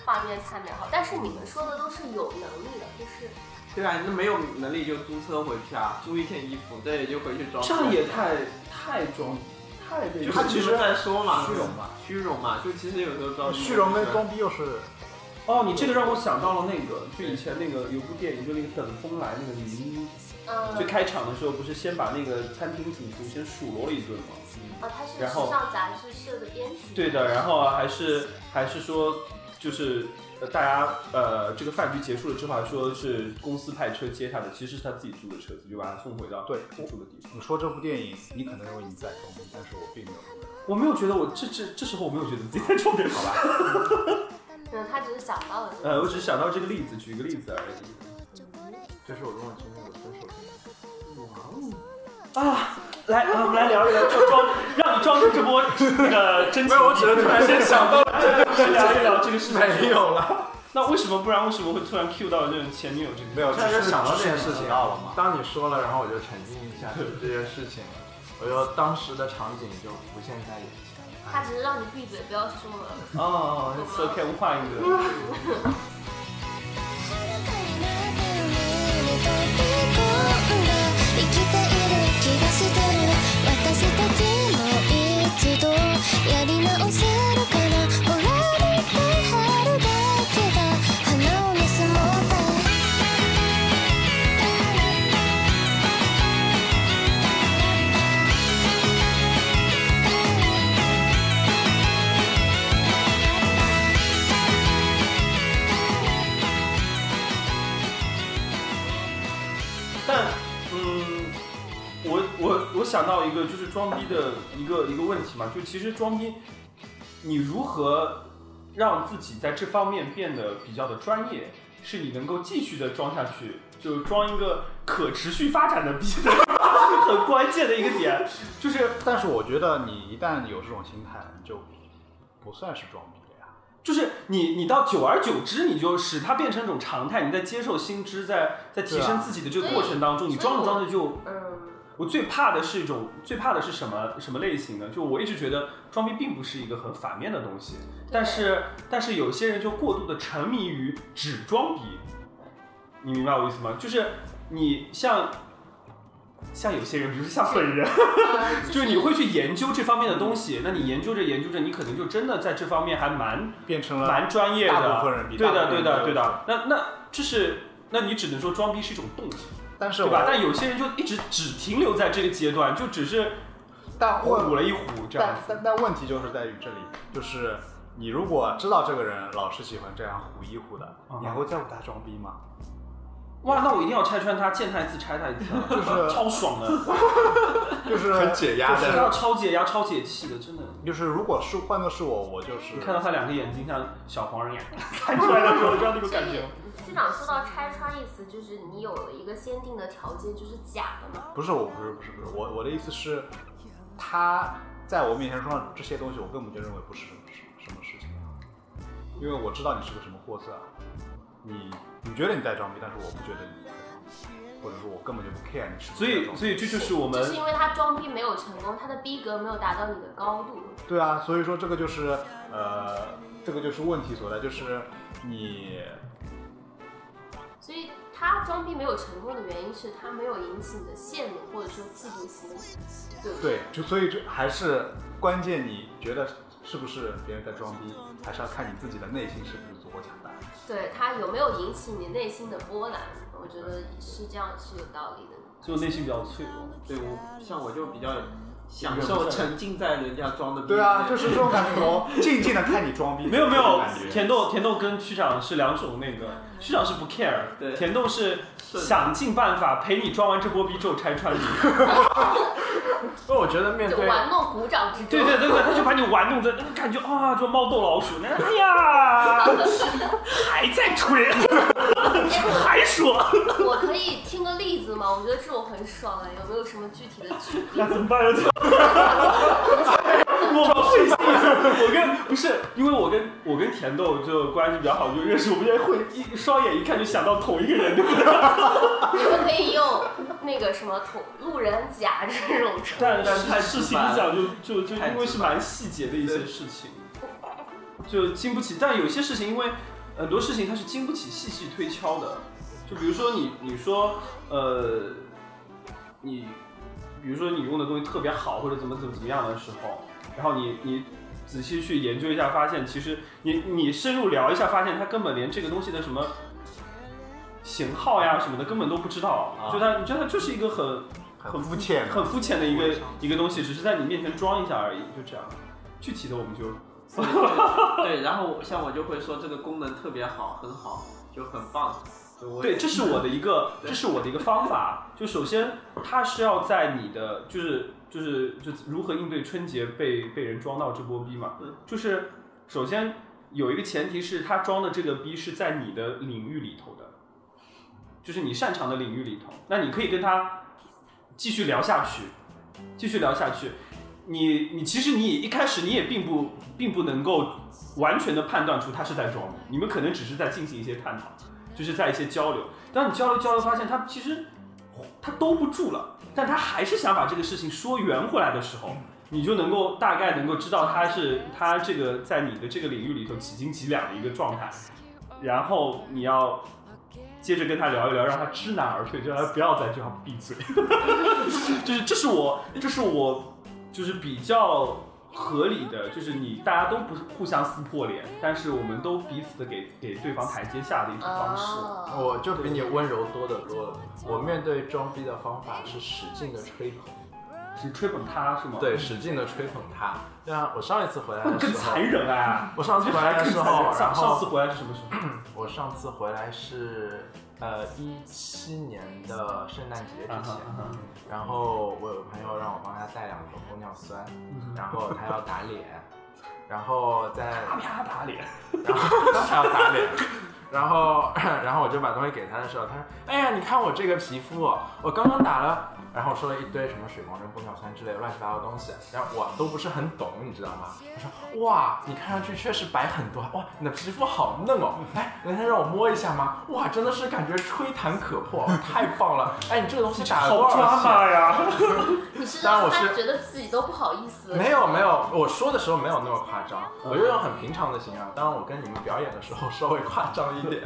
Speaker 3: 画面太美好。但是你们说的都是有能力的，就是
Speaker 6: 对啊，那没有能力就租车回去啊，租一件衣服，对，就回去装。
Speaker 4: 这样也太太装，太被
Speaker 6: 就
Speaker 2: 他
Speaker 6: 是
Speaker 2: 其
Speaker 6: 其
Speaker 2: 实
Speaker 6: 实在说嘛，
Speaker 2: 虚荣嘛，
Speaker 6: 虚荣嘛，就其实有时候装
Speaker 2: 虚荣跟装逼又是
Speaker 5: 哦，你这个让我想到了那个，就以前那个有部电影，就那个《等风来》那个女一，
Speaker 3: 嗯，
Speaker 5: 最开场的时候不是先把那个餐厅主厨先数落了一顿吗？
Speaker 6: 嗯
Speaker 3: 哦，他是
Speaker 5: 然后
Speaker 3: 时尚杂志社的编辑。
Speaker 5: 对的，然后啊，还是还是说，就是呃，大家呃，这个饭局结束了之后，还说是公司派车接他的，其实是他自己租的车子，就把他送回到
Speaker 2: 对
Speaker 5: 他住的地方。
Speaker 2: 你说这部电影，你可能认为你在装逼，但是我并没有。
Speaker 5: 我没有觉得我这这这时候我没有觉得自己在装逼，好 吧？
Speaker 3: 嗯，他只是想到了这个。
Speaker 5: 呃，我只是想到这个例子，举一个例子而已。
Speaker 2: 这是我跟我前女友分手的。
Speaker 5: 啊，来，啊我们来聊一聊装装，让你装出这波那个真情。没有，我只能突然间想到了，聊一聊这个事情。
Speaker 1: 没有了。
Speaker 5: 那为什么不然为什么会突然 Q 到这种前女友这个？
Speaker 2: 没有，
Speaker 1: 突然
Speaker 2: 只
Speaker 1: 就是想到
Speaker 2: 只
Speaker 1: 这
Speaker 2: 是
Speaker 1: 件事情
Speaker 2: 想到了嘛？
Speaker 1: 当你说了，然后我就沉浸一下这件事情，我就当时的场景就浮现在眼前。
Speaker 3: 他只是让你闭嘴，不要说了。
Speaker 5: 哦，It's okay，无话应得。
Speaker 7: 「生きているうちに気がしてる」「私たちも一度やり直せるから」「もらえるって春だけだ花を盗もうぜ」
Speaker 5: 但嗯，我我我想到一个就是装逼的一个一个问题嘛，就其实装逼，你如何让自己在这方面变得比较的专业，是你能够继续的装下去，就装一个可持续发展的逼的很关键的一个点，就是
Speaker 2: 但是我觉得你一旦有这种心态，你就不算是装逼了呀。
Speaker 5: 就是你，你到久而久之，你就使它变成一种常态。你在接受新知，在在提
Speaker 2: 对啊
Speaker 5: 升自己的这个过程当中，你
Speaker 3: 所以
Speaker 5: 装着装着就
Speaker 3: 嗯，
Speaker 5: 我最怕的是一种，最怕的是什么什么类型呢？就我一直觉得装逼并不是一个很反面的东西，但是但是有些人就过度的沉迷于只装逼，你明白我意思吗？就是你像像有些人，比如说像本人，
Speaker 3: 呃
Speaker 5: 就是你会去研究这方面的东西，那你研究着研究着，你可能就真的在这方面还蛮
Speaker 2: 变成了
Speaker 5: 蛮专业的，
Speaker 2: 嗯大部分人比
Speaker 5: 对
Speaker 2: 大
Speaker 5: 的
Speaker 2: 部
Speaker 5: 对
Speaker 2: 分人
Speaker 5: 的
Speaker 2: 都
Speaker 5: 对的，那那这是。那你只能说装逼是一种动力，
Speaker 2: 但是
Speaker 5: 对
Speaker 2: 我
Speaker 5: 吧？但有些人就一直只停留在这个阶段，就只是
Speaker 2: 但
Speaker 5: 我
Speaker 2: 问
Speaker 5: 鼓了一壶这样
Speaker 2: 但
Speaker 5: 子。
Speaker 2: 但但问题就是在于这里，就是你如果知道这个人老是喜欢这样唬一唬的，
Speaker 5: 嗯
Speaker 2: 你还会在乎他装逼 吗？
Speaker 5: 哇，那我一定要拆穿他，见他一次拆他一次啊，
Speaker 2: 就是
Speaker 5: 超爽的，
Speaker 2: 就是
Speaker 1: 很解压
Speaker 5: 知
Speaker 1: 的
Speaker 5: 道超解压、超解气的，真的。
Speaker 2: 就是如果是换做是我，我就是
Speaker 5: 你看到他两个眼睛像小黄 人一样看出来的时候，这样那种感觉。
Speaker 3: 区长说到拆穿一词，就是你有了一个先定的条件，就是假的嘛。
Speaker 2: 不是我不是不是不是我我的意思是，他在我面前说上这些东西，我根本就认为不是什么什么事情，因为我知道你是个什么货色啊，你你觉得你在装逼，但是我不觉得你在装逼，或者说我根本就不 care 你是不
Speaker 5: 所
Speaker 2: 是在
Speaker 5: 以，
Speaker 2: 装逼
Speaker 5: 所以这就是我
Speaker 3: 就是
Speaker 5: 们
Speaker 3: 因为他装逼没有成功，他的逼格没有达到你的高度。
Speaker 2: 对啊，所以说这个就是呃，这个就是问题所在，就是你
Speaker 3: 所以他装逼没有成功的原因是他没有引起你的羡慕或者说嫉妒心，对不对？
Speaker 2: 对，就所以这还是关键，你觉得是不是别人在装逼，还是要看你自己的内心是不是足够强大。
Speaker 3: 对他有没有引起你内心的波澜？我觉得是这样是有道理的。
Speaker 5: 就内心比较脆弱。
Speaker 6: 对我像我就比较享受沉浸在人家装的逼
Speaker 2: 对啊，
Speaker 6: 里面
Speaker 2: 就是这种感觉，我静静的看你装逼，
Speaker 5: 没有没有
Speaker 2: 感，觉。
Speaker 5: 甜豆甜豆跟区长是两种那个，区长是不 care，
Speaker 6: 对
Speaker 5: 甜豆是
Speaker 6: 的
Speaker 5: 想尽办法陪你装完这波逼之后拆穿你。
Speaker 1: 因为我觉得面
Speaker 3: 就
Speaker 1: 对
Speaker 3: 玩弄鼓掌之中。
Speaker 5: 对对对对，他就把你玩弄着，那个感觉啊，就猫逗老鼠，那哎呀，还在吹，还说，
Speaker 3: 我可以听个例子吗？我觉得这种很爽哎，有没有什么具体的举例？
Speaker 5: 那怎么办呀？ 我不会信，我跟不是，因为我跟我跟甜豆就关系比较好，就认识，我们也会一双眼一看就想到同一个人，对不对？
Speaker 3: 你们可以用那个什么同路人甲这种称
Speaker 5: 但但是事情一讲就就就因为是蛮细节的一些事情，就经不起。但有些事情，因为很多事情它是经不起细细推敲的。就比如说你你说呃，你比如说你用的东西特别好或者怎么怎么怎么样的时候，然后你你仔细去研究一下，发现其实你你深入聊一下，发现他根本连这个东西的什么。型号呀什么的根本都不知道，
Speaker 2: 啊
Speaker 5: 就他，你觉得他就是一个很
Speaker 2: 很肤浅的，
Speaker 5: 很肤浅的一个一个东西，只是在你面前装一下而已，就这样。具体的我们就
Speaker 6: 对，然后我像我就会说这个功能特别好，很好，就很棒。就我
Speaker 5: 对，这是我的一个，这是我的一个方法。就首先，它是要在你的，就是就是就如何应对春节被被人装到这波逼嘛
Speaker 6: 嗯，
Speaker 5: 就是首先有一个前提是他装的这个逼是在你的领域里头的，就是你擅长的领域里头，那你可以跟他继续聊下去，继续聊下去。你你其实你一开始你也并不并不能够完全的判断出他是在装逼，你们可能只是在进行一些探讨，就是在一些交流。当你交流交流，发现他其实他兜不住了，但他还是想把这个事情说圆回来的时候，你就能够大概能够知道他是他这个在你的这个领域里头几斤几两的一个状态，然后你要。接着跟他聊一聊，让他知难而退，就让他不要再这样闭嘴。 就是这是我，这是我，就是比较合理的，就是你大家都不互相撕破脸，但是我们都彼此的给给对方台阶下的 一种方式。
Speaker 3: 啊，
Speaker 1: 我就比你温柔多得多了。我面对装逼的方法是使劲的吹捧，
Speaker 5: 只吹捧他是吗？
Speaker 1: 对，，使劲的吹捧他。对啊，我上一次回来的
Speaker 5: 更
Speaker 1: 时候
Speaker 5: 残，忍啊！
Speaker 1: 我 上次回来的时候，然
Speaker 5: 上上次
Speaker 1: 后
Speaker 5: 回来是什么时候？
Speaker 1: 我上次回来是呃一七年的圣诞节之
Speaker 5: 啊
Speaker 1: 前，然后我有朋友让我帮他带两头玻尿酸，然后他要打脸，然后在
Speaker 5: 啪啪打脸，
Speaker 1: 然后他要打脸，然后然后我就把东西给他的时候，他说：“哎呀，你看我这个皮肤哦，我刚刚打了。”然后说了一堆什么水光针、玻尿酸之类的乱七八糟的东西，然后我都不是很懂，你知道吗？我说：“哇，你看上去确实白很多，哇，你的皮肤好嫩哦，哎，能让我摸一下吗？哇，真的是感觉吹弹可破，太棒了！哎，你这个东西打了多
Speaker 5: 好抓
Speaker 1: 少钱？”
Speaker 5: 马呀！
Speaker 3: 你是
Speaker 1: 当然
Speaker 3: 让
Speaker 1: 我
Speaker 3: 他
Speaker 1: 是
Speaker 3: 觉得自己都不好意思了。
Speaker 1: 没有没有，我说的时候没有那么夸张，我就用很平常的形象。当然，我跟你们表演的时候稍微夸张一 点，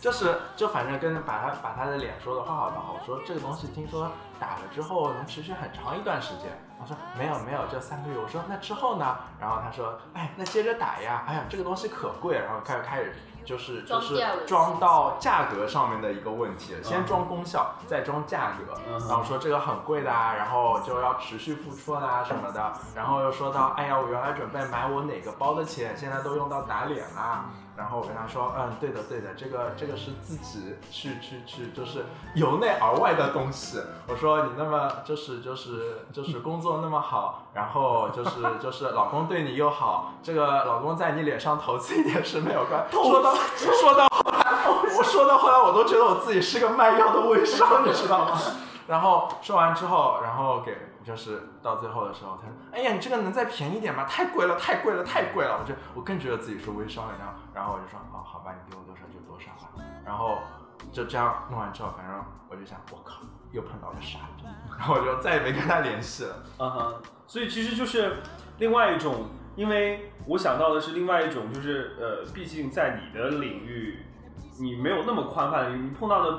Speaker 1: 就是就反正跟把他把他的脸说的画好的好，我说这个东西听说打了之后能持续很长一段时间。我说没有没有，就三个月。我说那之后呢？然后他说哎，那接着打呀。哎呀，这个东西可贵，然后开始开始。就是就
Speaker 3: 装
Speaker 1: 是
Speaker 3: 第二轮
Speaker 1: 装到价格上面的一个问题了，先装功效，再装价格。然后说这个很贵的啊，然后就要持续付出啦、什么的，然后又说到，哎呀，我原来准备买我哪个包的钱，现在都用到打脸啦。然后我跟他说，嗯，对的对的，这个这个是自己去去去，就是由内而外的东西。我说你那么就是就是就是工作那么好，然后就是就是老公对你又好，这个老公在你脸上投资一点是没有关。说到说到后来， 我说到后来我都觉得我自己是个卖药的微商，你知道吗？ 然后说完之后，然后给就是到最后的时候，他说：“哎呀，你这个能再便宜点吗？太贵了，太贵了，太贵了！”我就我更觉得自己是微商了，然后然后我就说：“哦，好吧，你给我多少就多少吧。”然后就这样弄完之后，反正我就想，我靠，又碰到个傻逼， 然后我就再也没跟他联系了。
Speaker 5: 啊哈，所以其实就是另外一种，因为我想到的是另外一种，就是呃，毕竟在你的领域，你没有那么宽泛的，你碰到的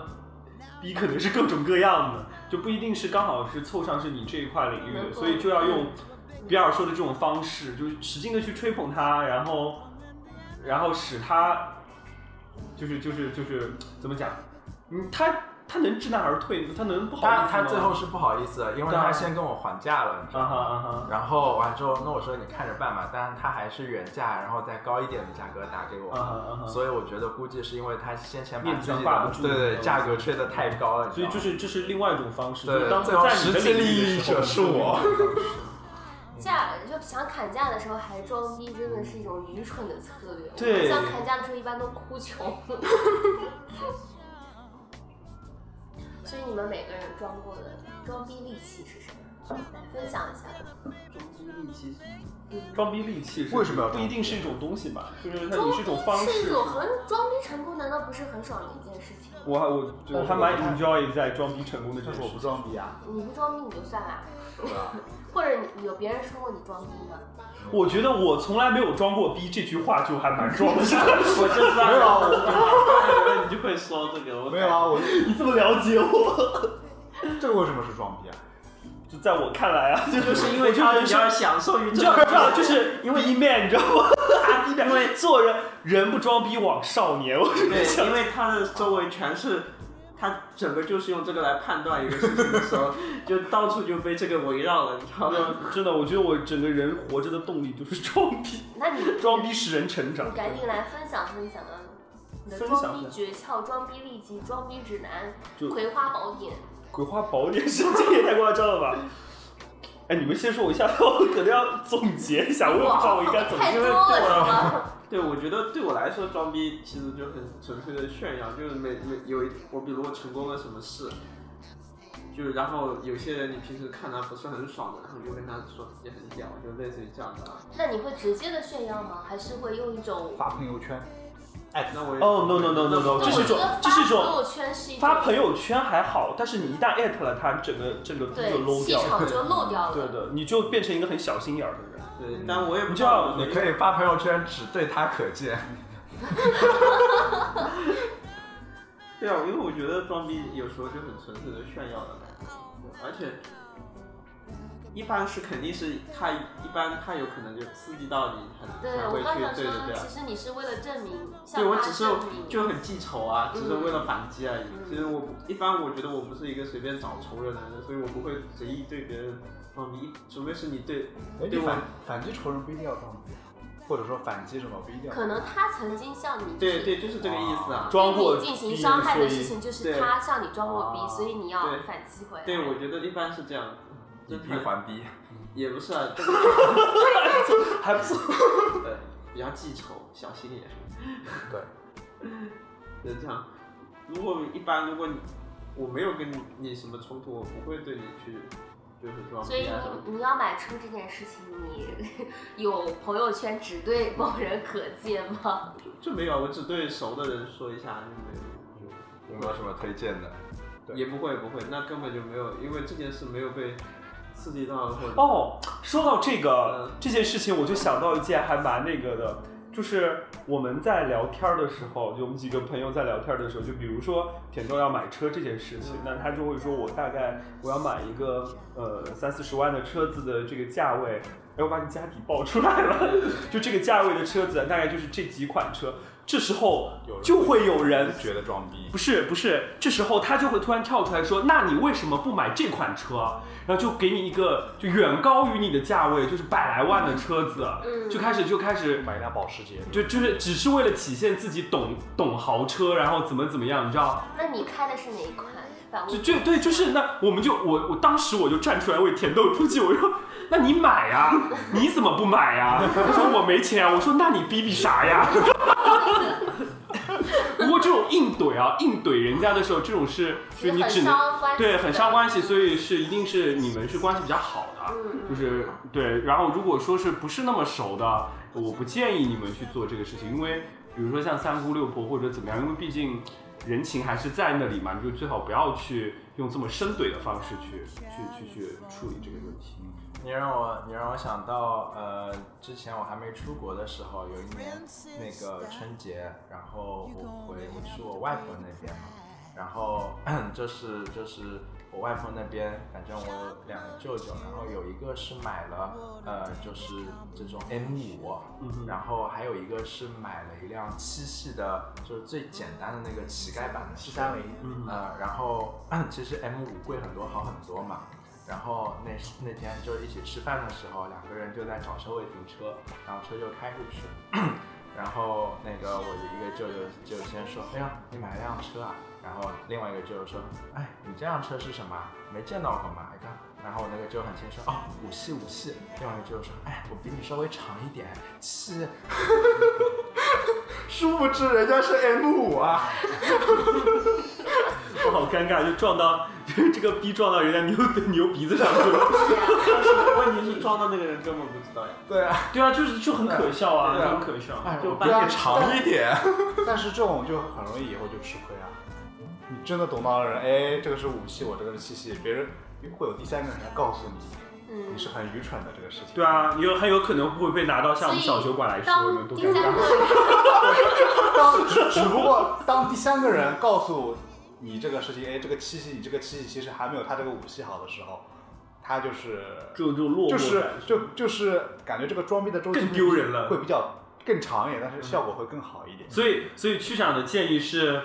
Speaker 5: 逼可能是各种各样的，就不一定是刚好是凑上是你这一块领域的，所以就要用比尔说的这种方式，就是使劲的去吹捧他，然后然后使他就是就是就是怎么讲，嗯，他他能知难而退吗，他能不好意思
Speaker 1: 他
Speaker 5: 吗
Speaker 1: 他最后是不好意思的，因为
Speaker 5: 对啊
Speaker 1: 他先跟我还价了，你知道
Speaker 5: 啊哈
Speaker 1: 吗？
Speaker 5: 啊哈，
Speaker 1: 然后完之后，那我说你看着办吧，但是他还是原价，然后再高一点的价格打给我，
Speaker 5: 啊哈啊哈
Speaker 1: 所以我觉得估计是因为他先前把
Speaker 5: 面子
Speaker 1: 自己
Speaker 5: 挂
Speaker 1: 的
Speaker 5: 不住
Speaker 1: 对对
Speaker 5: 嗯
Speaker 1: 价格吹得太高了，你知
Speaker 5: 所以
Speaker 1: 道吗
Speaker 5: 就是这是另外一种方式，就
Speaker 1: 对
Speaker 5: 是当
Speaker 1: 最后
Speaker 5: 在你的
Speaker 1: 实际
Speaker 5: 领域
Speaker 1: 利益
Speaker 5: 的时候
Speaker 1: 者是我。
Speaker 3: 价就想砍价的时候还装逼，真的是一种愚蠢的策略。
Speaker 5: 对
Speaker 3: 想砍价的时候一般都哭穷。 所以你们每个人装过的装逼利器是什么？来分享一下吧。
Speaker 8: 装逼利器
Speaker 5: 装逼利器是
Speaker 2: 为什么要
Speaker 5: 不
Speaker 2: 装
Speaker 5: 一
Speaker 2: 逼
Speaker 5: 定是一种东西嘛？就是它
Speaker 3: 装
Speaker 5: 也
Speaker 3: 逼
Speaker 5: 是一种方
Speaker 3: 是一
Speaker 5: 式。
Speaker 3: 种很装逼成功，难道不是很爽的一件事情吗？
Speaker 5: 我还我对我
Speaker 2: 但是
Speaker 5: 还
Speaker 2: 我
Speaker 5: 蛮
Speaker 2: 不太
Speaker 5: enjoy 在装逼成功的这
Speaker 2: 但是
Speaker 5: 件事
Speaker 2: 我不。装逼啊，
Speaker 3: 你不装逼你就算了，
Speaker 2: 对
Speaker 5: 啊
Speaker 2: 吧？
Speaker 3: 或者你有别人说过你装逼吗？
Speaker 5: 我觉得我从来没有装过逼，这句话就还蛮装的。
Speaker 6: 我就知道，
Speaker 2: 没有啊
Speaker 6: 我觉得你就会说这个，我
Speaker 2: 没有啊，我
Speaker 5: 你这么了解我？
Speaker 2: 这个为什么是装逼啊？
Speaker 5: 就在我看来啊，就是 因
Speaker 6: 我觉得
Speaker 5: 你
Speaker 6: 你
Speaker 5: 知道
Speaker 6: 要享受于
Speaker 5: 你
Speaker 6: 这
Speaker 5: 知道
Speaker 6: 个
Speaker 5: 你知道，就是因为一面，你知道吗？因为做人人不装逼枉少年，我是这
Speaker 6: 对，
Speaker 5: 样。
Speaker 6: 因为他的周围全是，他整个就是用这个来判断一个事情的时候，就到处就被这个围绕了，你知道吗？
Speaker 5: 真的，我觉得我整个人活着的动力就是装逼，
Speaker 3: 那你
Speaker 5: 装逼使人成长
Speaker 3: 你。赶紧来分享分享啊！你的
Speaker 5: 分
Speaker 3: 装
Speaker 5: 享
Speaker 3: 逼
Speaker 5: 分
Speaker 3: 诀窍、装逼秘籍、装逼指南、
Speaker 5: 就
Speaker 3: 葵花宝典。
Speaker 5: 鬼话宝典是这也太夸张了吧？哎，你们先说我一下，我可能要总结一下，我也不知道我应该怎么
Speaker 3: 太多了是吗？
Speaker 6: 对，我觉得对我来说，装逼其实就很纯粹的炫耀，就是每每有一我比如我成功了什么事，就然后有些人你平时看他不是很爽的，然后你就跟他说也很屌，就类似于这样的啊。
Speaker 3: 那你会直接的炫耀吗？还是会用一种？
Speaker 2: 发朋友圈，
Speaker 6: 那我也
Speaker 5: 哦，no no no no
Speaker 3: 那
Speaker 5: no，
Speaker 3: 我
Speaker 5: 这是一
Speaker 3: 觉
Speaker 5: 种
Speaker 3: 得，
Speaker 5: 这是一
Speaker 3: 发朋
Speaker 5: 种
Speaker 3: 友圈是一种
Speaker 5: 发朋友圈还好，但是你一旦艾特了他，整个整个就
Speaker 3: 对
Speaker 5: low
Speaker 3: 气
Speaker 5: 掉了。
Speaker 3: 场就漏掉了。
Speaker 5: 对的，你就变成一个很小心眼儿的人。
Speaker 6: 对，但我也不
Speaker 5: 你知道
Speaker 6: 我
Speaker 1: 你可以发朋友圈，只对他可见。
Speaker 6: 对啊，因为我觉得装逼有时候就很纯粹的炫耀了，而且一般是肯定是他一般他有可能就刺激到你才
Speaker 3: 对
Speaker 6: 才
Speaker 3: 我
Speaker 6: 会
Speaker 3: 刚
Speaker 6: 去
Speaker 3: 想
Speaker 6: 对
Speaker 3: 说，
Speaker 6: 对对啊
Speaker 3: 其。实你是为了证明，向
Speaker 6: 对，我
Speaker 3: 他
Speaker 6: 只是
Speaker 3: 证明
Speaker 6: 就很记仇啊，只是为了反击而已。
Speaker 3: 嗯
Speaker 6: 其实我不一般，我觉得我不是一个随便找仇人的人，所以我不会随意对别人装逼，除非是你对
Speaker 2: 哎
Speaker 6: 对
Speaker 2: 你
Speaker 6: 我
Speaker 2: 反反击仇人不一定要装逼，啊或者说反击什么不一定要
Speaker 3: 可
Speaker 2: 装逼。
Speaker 3: 能他曾经向你
Speaker 6: 对对，就是这个意思啊。
Speaker 5: 装过
Speaker 3: 对你进行
Speaker 5: 逼
Speaker 3: 伤害的
Speaker 5: 所以
Speaker 3: 事情，就是
Speaker 6: 对
Speaker 3: 他向你装过逼，
Speaker 2: 啊
Speaker 3: 所以你要
Speaker 6: 对
Speaker 3: 反击回来。
Speaker 6: 对，我觉得一般是这样。
Speaker 1: 以
Speaker 6: 真
Speaker 1: 逼
Speaker 6: 的
Speaker 1: 还逼，
Speaker 6: 也不是啊，这个
Speaker 5: 还不错。
Speaker 6: 对，比较记仇，小心眼。
Speaker 1: 对，
Speaker 6: 就是这样。如果一般，如果你我没有跟你你什么冲突，我不会对你去就是装
Speaker 3: 所以
Speaker 6: 逼啊什么的。
Speaker 3: 你你要买车这件事情，你 有朋友圈只对某人可见吗？
Speaker 6: 就就没有，我只对熟的人说一下，就没有，
Speaker 1: 有没有什么推荐的？
Speaker 2: 对
Speaker 6: 也不会不会，那根本就没有，因为这件事没有被刺激到或者。
Speaker 5: 哦，说到这个
Speaker 6: 嗯
Speaker 5: 这件事情，我就想到一件还蛮那个的，就是我们在聊天儿的时候，就我们几个朋友在聊天儿的时候，就比如说甜豆要买车这件事情，
Speaker 2: 嗯
Speaker 5: 那他就会说我大概我要买一个呃三四十万的车子的这个价位，哎，我把你家底爆出来 了，就这个价位的车子大概就是这几款车，这时候
Speaker 2: 有人
Speaker 5: 就会有人
Speaker 2: 觉得装逼
Speaker 5: 不，是不是，这时候他就会突然跳出来说：“那你为什么不买这款车？”然后就给你一个就远高于你的价位，就是百来万的车子，
Speaker 3: 嗯
Speaker 5: 就开始就开始
Speaker 2: 买一辆保时捷，
Speaker 5: 就就是只是为了体现自己懂懂豪车，然后怎么怎么样，你知道？
Speaker 3: 那你开的是哪一款？反
Speaker 5: 就
Speaker 3: 问。
Speaker 5: 就对，就是那我们就我我当时我就站出来为甜豆出气，我说：“那你买呀、你怎么不买呀、 他说：“我没钱啊。”我说：“那你逼逼啥呀？” 不过这种硬怼啊，硬怼人家的时候，这种是就是
Speaker 3: 其实
Speaker 5: 你
Speaker 3: 很
Speaker 5: 只能
Speaker 3: 伤关系的，
Speaker 5: 对，很伤关系，所以是一定是你们是关系比较好的，
Speaker 3: 嗯，
Speaker 5: 就是对。然后如果说是不是那么熟的，我不建议你们去做这个事情，因为比如说像三姑六婆或者怎么样，因为毕竟人情还是在那里嘛，你就最好不要去用这么深怼的方式去去去去处理这个问题。
Speaker 1: 你让我，你让我想到，呃，之前我还没出国的时候，有一年那个春节，然 后我回去我外婆那边嘛，然后就是就是我外婆那边，反正我有两个舅舅，然后有一个是买了呃，就是这种 M 五、
Speaker 2: 嗯
Speaker 1: 然后还有一个是买了一辆七系的，就是最简单的那个乞丐版的
Speaker 2: 七三零，
Speaker 1: 呃，然后 其实 M 五贵很多，好很多嘛。然后那时那天就一起吃饭的时候，两个人就在找车位停车，然后车就开出去。 然后那个我的一个舅舅就先说：“哎呀，你买了辆车啊？”然后另外一个舅舅说：“哎，你这辆车是什么啊？没见到过嘛？你看。”然后我那个舅很轻说：“哦，五系五系。”另外一个舅舅说：“哎，我比你稍微长一点，七。” 殊不知人家是 M 五啊。
Speaker 5: 我好尴尬，就撞到这个逼撞到人家牛牛鼻子上去了。
Speaker 6: 问题是撞到那个人根本不知道呀。
Speaker 1: 对啊。
Speaker 5: 对啊，就是就很可笑啊，
Speaker 1: 对
Speaker 5: 就
Speaker 1: 啊
Speaker 5: 很可笑。
Speaker 1: 哎，
Speaker 6: 就
Speaker 1: 我
Speaker 6: 把
Speaker 1: 比
Speaker 6: 你
Speaker 1: 你长一点。
Speaker 2: 但是这种就很容易以后就吃亏啊。你真的懂到的人，哎，这个是五系，我这个是七系，别人会有第三个人来告诉你，
Speaker 3: 嗯
Speaker 2: 你，是很愚蠢的这个事情。
Speaker 5: 对，啊，有很有可能会被拿到像我们小酒馆来说，你
Speaker 3: 当
Speaker 5: 们多
Speaker 3: 第
Speaker 5: 尴
Speaker 3: 三
Speaker 5: 尬。
Speaker 3: 个人
Speaker 2: 当 只只不过当第三个人告诉你这个事情，哎，这个七系，你这个七系其实还没有他这个五系好的时候，他就是
Speaker 5: 就就落寞
Speaker 2: 就
Speaker 5: 感，
Speaker 2: 是就就是感觉这个装逼的周期
Speaker 5: 更丢人了
Speaker 2: 会比较更长一点，但是效果会更好一点。
Speaker 5: 所以所以区长的建议是，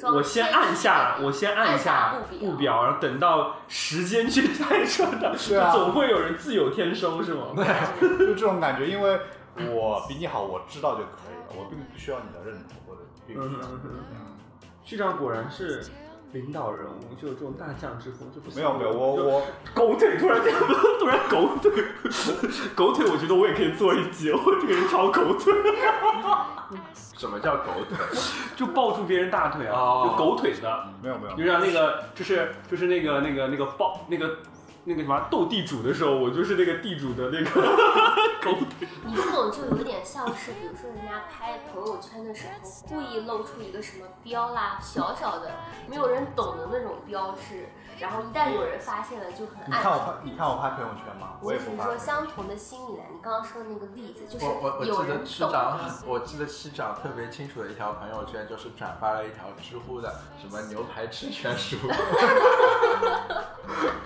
Speaker 3: 装
Speaker 5: 我先按下，
Speaker 3: 先
Speaker 5: 我先按下
Speaker 3: 按下步表
Speaker 5: 步表，然后等到时间去 拆穿它，
Speaker 2: 对啊
Speaker 5: 就总会有人自有天收，是吗？
Speaker 2: 就这种感觉，因为我比你好，我知道就可以了，我并不需要你的认同或者并不需要你的
Speaker 5: 区长果然是领导人物，就有这种大将之风，就不
Speaker 2: 没有没有，我
Speaker 5: 就
Speaker 2: 我
Speaker 5: 狗腿突然 突然狗腿，狗腿，我觉得我也可以做一集，我这个人超狗腿，
Speaker 1: 什么叫狗腿？
Speaker 5: 就抱住别人大腿啊，
Speaker 4: 哦
Speaker 5: 就狗腿的，
Speaker 2: 没有没有
Speaker 5: 就，像那个就是就是那个那个那个抱那个。那个什么斗地主的时候，我就是那个地主的那个狗腿，
Speaker 3: 你这种就有点像是，比如说人家拍朋友圈的时候，故意露出一个什么标啦，小小的，没有人懂的那种标志，然后一旦有人发现了，就很
Speaker 2: 你
Speaker 3: 暗
Speaker 2: 看我
Speaker 3: 爽。
Speaker 2: 拍你看我拍朋友圈吗？我
Speaker 3: 哎就
Speaker 2: 也
Speaker 3: 是
Speaker 2: 不
Speaker 3: 说
Speaker 2: 发。
Speaker 3: 相同的心理呢，啊你刚刚说的那个例子，就是
Speaker 1: 我我我
Speaker 3: 有
Speaker 1: 记得
Speaker 3: 人
Speaker 1: 区
Speaker 3: 懂
Speaker 1: 长
Speaker 3: 的，
Speaker 1: 我记得区长特别清楚的一条朋友圈，就是转发了一条知乎的什么牛排吃全熟，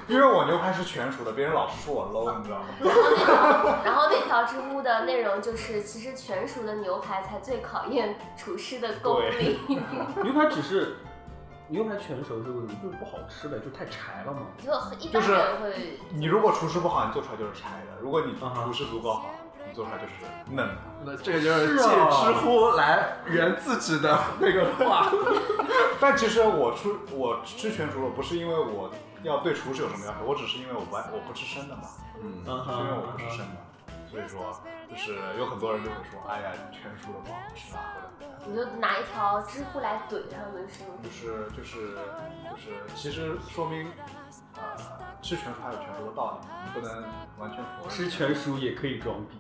Speaker 2: 因为我牛排是全熟的，别人老是说我 low，你知道吗？
Speaker 3: 然后那条知乎的内容就是，其实全熟的牛排才最考验厨师的功力。
Speaker 5: 牛排只是牛排全熟之后，你就是不好吃呗，就太柴了嘛。
Speaker 3: 就一般人会，
Speaker 2: 你如果厨师不好，你做出来就是柴的；如果你
Speaker 5: 嗯哼
Speaker 2: 厨师足够好，你做出来就是嫩的。
Speaker 1: 那这个就是
Speaker 5: 是
Speaker 1: 借
Speaker 5: 啊
Speaker 1: 知乎来圆自己的那个话。
Speaker 2: 但其实我出我吃全熟了，不是因为我要对厨师有什么要求，我只是因为我不爱我不吃生的嘛，
Speaker 1: 嗯，
Speaker 5: 嗯
Speaker 2: 是因为我
Speaker 5: 哼
Speaker 2: 不吃生的，所以说就是有很多人就会说，哎呀，全熟的不好吃啊，或者怎么样。
Speaker 3: 你就拿一条知乎来怼他们是吗？
Speaker 2: 就是就是就是，其实说明，呃，吃全熟还有全熟的道理，你不能完全否认。
Speaker 5: 吃全熟也可以装逼。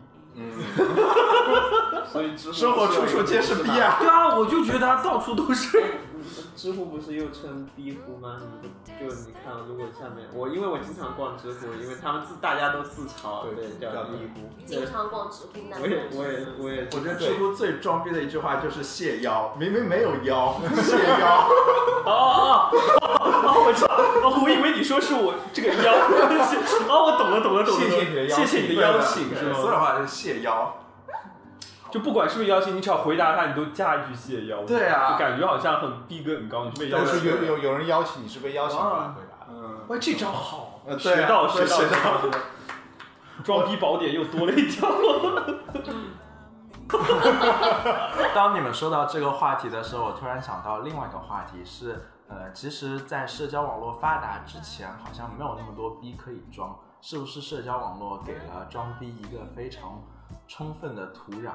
Speaker 4: 所以知乎
Speaker 1: 生活处处皆是逼啊！
Speaker 5: 对啊，我就觉得他到处都是。
Speaker 6: 知乎不是又称逼乎吗？就就你看，如果下面我因为我经常逛知乎，因为他们自大家都自嘲，
Speaker 2: 对
Speaker 6: 对
Speaker 2: 叫
Speaker 6: 叫
Speaker 2: 逼
Speaker 6: 逼
Speaker 2: 乎
Speaker 6: 乎。
Speaker 3: 经
Speaker 6: 对，
Speaker 3: 常逛知乎，那
Speaker 6: 我也我也我也
Speaker 1: 我觉得
Speaker 2: 对
Speaker 1: 知乎最装逼的一句话就是谢腰，明明没有腰，谢腰。
Speaker 5: 哦，我知道，哦，我以为你说是我这个腰。哦，我懂了，懂了，懂了。
Speaker 2: 谢谢你的邀
Speaker 5: 谢
Speaker 2: 请
Speaker 5: 谢你的邀请，啊是
Speaker 1: 对所有
Speaker 5: 吗？
Speaker 1: 话就是谢腰。
Speaker 5: 就不管是不是邀请，你只要回答他，你都加一句谢邀。
Speaker 1: 对啊
Speaker 5: 就感觉好像很逼格很高，你是被邀
Speaker 2: 但
Speaker 5: 请
Speaker 2: 是有
Speaker 5: 的。
Speaker 2: 有有人邀请你是被邀请过来回答的，
Speaker 1: 嗯，
Speaker 5: 喂，这招好，
Speaker 1: 呃对啊
Speaker 5: 学到
Speaker 1: 对
Speaker 5: 学到
Speaker 1: 学
Speaker 5: 学
Speaker 1: 到
Speaker 5: 到。装逼宝典又多了一条。
Speaker 1: 当你们说到这个话题的时候，我突然想到另外一个话题是，呃，其实，在社交网络发达之前，好像没有那么多逼可以装，是不是？社交网络给了装逼一个非常充分的土壤，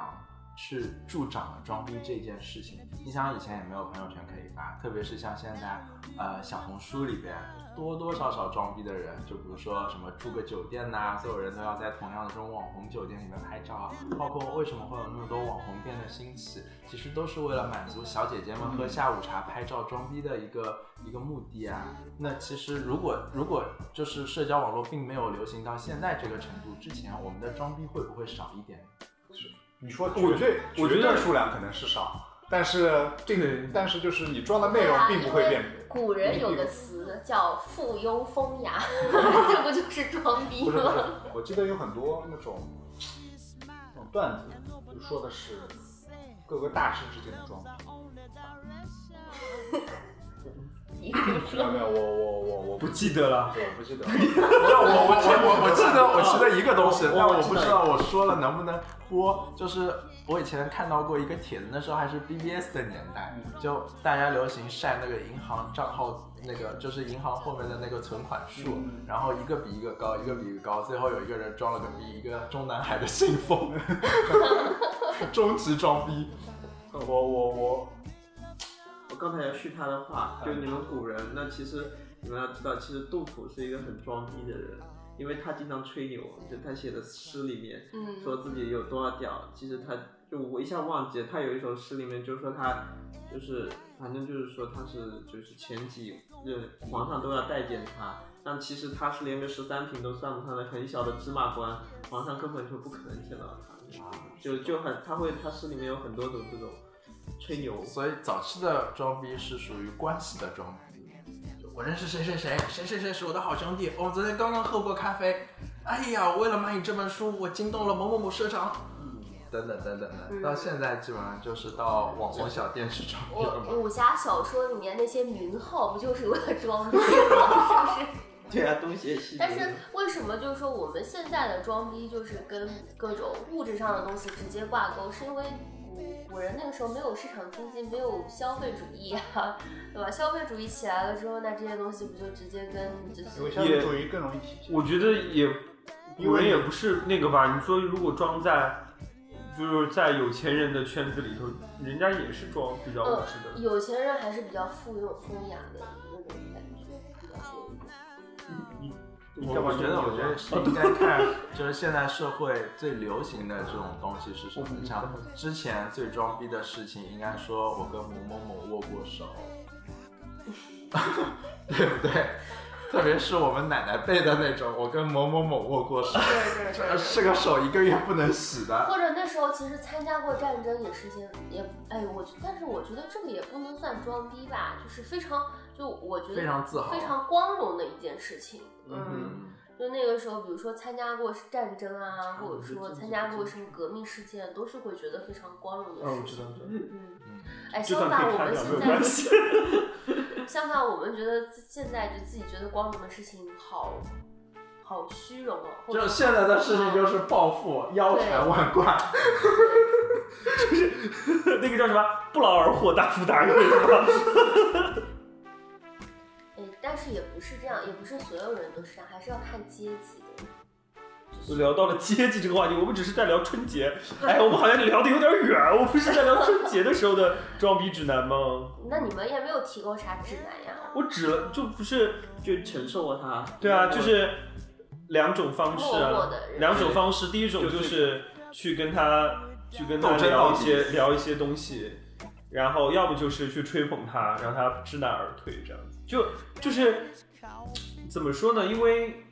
Speaker 1: 去助长了装逼这件事情。你想，以前也没有朋友圈可以发，特别是像现在，呃，小红书里边多多少少装逼的人，就比如说什么住个酒店呐、所有人都要在同样的这种网红酒店里面拍照啊。包括为什么会有那么多网红店的兴起，其实都是为了满足小姐姐们喝下午茶、拍照、装逼的一个一个目的啊。那其实如果如果就是社交网络并没有流行到现在这个程度之前，啊我们的装逼会不会少一点？
Speaker 2: 你说
Speaker 5: 我
Speaker 2: 绝对
Speaker 5: 我觉
Speaker 2: 绝对
Speaker 5: 得
Speaker 2: 数量可能是少，但是并但是就是你装的内容并不会变，
Speaker 3: 古人有个词叫“附庸风 雅”，这不就是装逼
Speaker 2: 不是不是
Speaker 3: 吗？，
Speaker 2: 我记得有很多那种那种段子，就说的是各个大师之间的装逼。 没有没有，我我我我
Speaker 1: 不记得了。
Speaker 2: 对，我不记得。
Speaker 1: 不是我我我我我记得我记得一个东西，
Speaker 2: 我
Speaker 1: 但
Speaker 2: 我
Speaker 1: 我
Speaker 2: 记
Speaker 1: 不
Speaker 2: 得
Speaker 1: 知道我说了能不能播。就是我以前看到过一个帖子，那时候还是 BBS 的年代，就大家流行晒那个银行账号，那个就是银行后面的那个存款数，然后一个比一个高，一个比一个高，最后有一个人装了个逼，一个中南海的信封，终极装逼。
Speaker 2: 我我我
Speaker 6: 我刚才要续他的话，就你们古人，那其实你们要知道，其实杜甫是一个很装逼的人，因为他经常吹牛，就他写的诗里面
Speaker 3: 嗯，
Speaker 6: 说自己有多少屌，其实他就我一下忘记了，他有一首诗里面就说他就是反正就是说他是就是前几任皇上都要待见他，但其实他是连个十三品都算不上的很小的芝麻官，皇上根本就不可能见到他，就就很他会他诗里面有很多种这种吹牛。
Speaker 1: 所以早期的装逼是属于关系的装逼。就我认识谁谁谁，谁谁谁是我的好兄弟，我哦们昨天刚刚喝过咖啡。哎呀，为了买你这本书，我惊动了某某某社长。等等等等等，到现在基本上就是到网红小店去装逼了嘛。
Speaker 3: 我武侠小说里面那些名号不就是为了装逼吗？ 是不是？
Speaker 6: 对啊，东邪西毒。
Speaker 3: 但是为什么就是说我们现在的装逼就是跟各种物质上的东西直接挂钩？是因为嗯古古人那个时候没有市场经济，没有消费主义啊，对吧？消费主义起来了之后，那这些东西不就直接跟就
Speaker 2: 因为
Speaker 3: 是
Speaker 2: 消费主义更容易体现。
Speaker 5: 我觉得也，
Speaker 2: 因为
Speaker 5: 古人也不是那个吧。你说如果装在，就是在有钱人的圈子里头，人家也是装比较物质的。
Speaker 3: 呃有钱人还是比较富有风雅的那种感觉，比较富有
Speaker 5: 你干嘛
Speaker 1: 觉得，我觉得是应该看，就是现在社会最流行的这种东西是什么？像之前最装逼的事情，应该说我跟某某某握过手， 对不对？特别是我们奶奶辈的那种，我跟某某某握过手，
Speaker 3: 对对对
Speaker 1: 是个手一个月不能洗的。
Speaker 3: 或者那时候其实参加过战争也是一件也哎，我觉但是我觉得这个也不能算装逼吧，就是非常就我觉得
Speaker 1: 非常自豪
Speaker 3: 非常光荣的一件事情。嗯，
Speaker 1: 嗯，
Speaker 3: 就那个时候，比如说参加过战争啊，或者说参加过什么革命事件，都是会觉得非常光荣的
Speaker 5: 哦
Speaker 3: 事情。嗯
Speaker 1: 嗯
Speaker 3: 哎，
Speaker 5: 这
Speaker 3: 相
Speaker 5: 段
Speaker 3: 反
Speaker 5: 可以
Speaker 3: 我
Speaker 5: 掐
Speaker 3: 们
Speaker 5: 掉，没有
Speaker 3: 现
Speaker 5: 关
Speaker 3: 在
Speaker 5: 系。
Speaker 3: 相反我们觉得现在就自己觉得光荣的事情好好虚荣哦。或者
Speaker 1: 就现在的事情就是暴富、腰缠万贯，
Speaker 5: 那个叫什么？不劳而获，大富大贵是吧？
Speaker 3: 哎，但是也不是这样，也不是所有人都是这样，还是要看阶级的。
Speaker 5: 就聊到了阶级这个话题，我们只是在聊春节。哎，我们好像聊的有点远，我不是在聊春节的时候的装逼指南吗？
Speaker 3: 那你们也没有提供啥指南呀？
Speaker 5: 我指了，就不是
Speaker 6: 就承受过他。
Speaker 5: 对啊，就是两种方式
Speaker 3: 默默
Speaker 5: 啊，
Speaker 3: 的人，
Speaker 5: 两种方式。第一种
Speaker 6: 就
Speaker 5: 就是是去跟他去跟他
Speaker 1: 斗争
Speaker 5: 聊
Speaker 1: 到
Speaker 5: 一
Speaker 1: 底
Speaker 5: 些聊一些东西，然后要么就是去吹捧他，让他知难而退，这样子。就就是怎么说呢？因为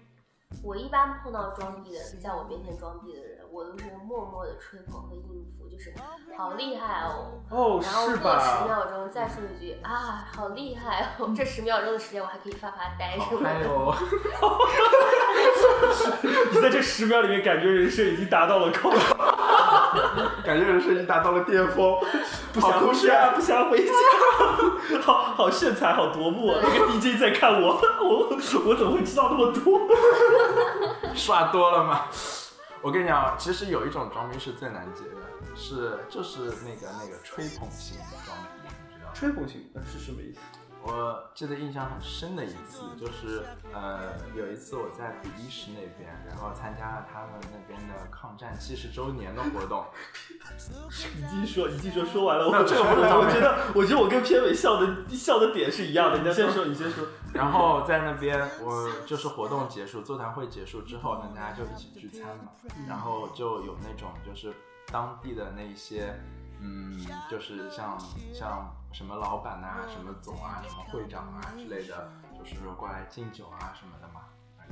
Speaker 3: 我一般碰到装逼的人，在我面前装逼的人，我都是默默的吹捧和应付，就是好厉害哦。
Speaker 5: 哦，
Speaker 3: 然后
Speaker 5: 是
Speaker 3: 过十
Speaker 5: 吧？
Speaker 3: 秒钟再说一句啊，好厉害哦！ 这十秒钟的时间我还可以发发呆什
Speaker 1: 好
Speaker 3: 么
Speaker 1: 嗨
Speaker 5: 哦
Speaker 3: 的。
Speaker 1: 哟！
Speaker 5: 你在这十秒里面感觉人生已经达到了高潮，
Speaker 1: 感觉人生已经达到了巅峰，
Speaker 5: 不
Speaker 1: 好
Speaker 5: 想
Speaker 1: 空
Speaker 5: 回
Speaker 1: 虚啊
Speaker 5: 家，！不想回家， 好好炫彩，好夺目啊！那个 DJ 在看我，我我怎么会知道那么多？
Speaker 1: 刷多了吗？我跟你讲，啊其实有一种装逼是最难解的，是就是那个那个吹捧型的装逼，你知道吗？
Speaker 5: 吹捧型是什么意思？
Speaker 1: 我记得印象很深的一次，就是呃有一次我在比利时那边，然后参加了他们那边的抗战七十周年的活动，
Speaker 5: 已经说，已经说，说完了。我
Speaker 1: 那
Speaker 5: 这个不懂，我觉得，我觉得我跟片尾笑的笑的点是一样的。你先说，你先说。
Speaker 1: 然后在那边，我就是活动结束、座谈会结束之后呢，大家就一起聚餐嘛，然后就有那种就是当地的那一些，嗯，就是像像什么老板呐、什么总啊、什么会长啊之类的，就是说过来敬酒啊什么的嘛，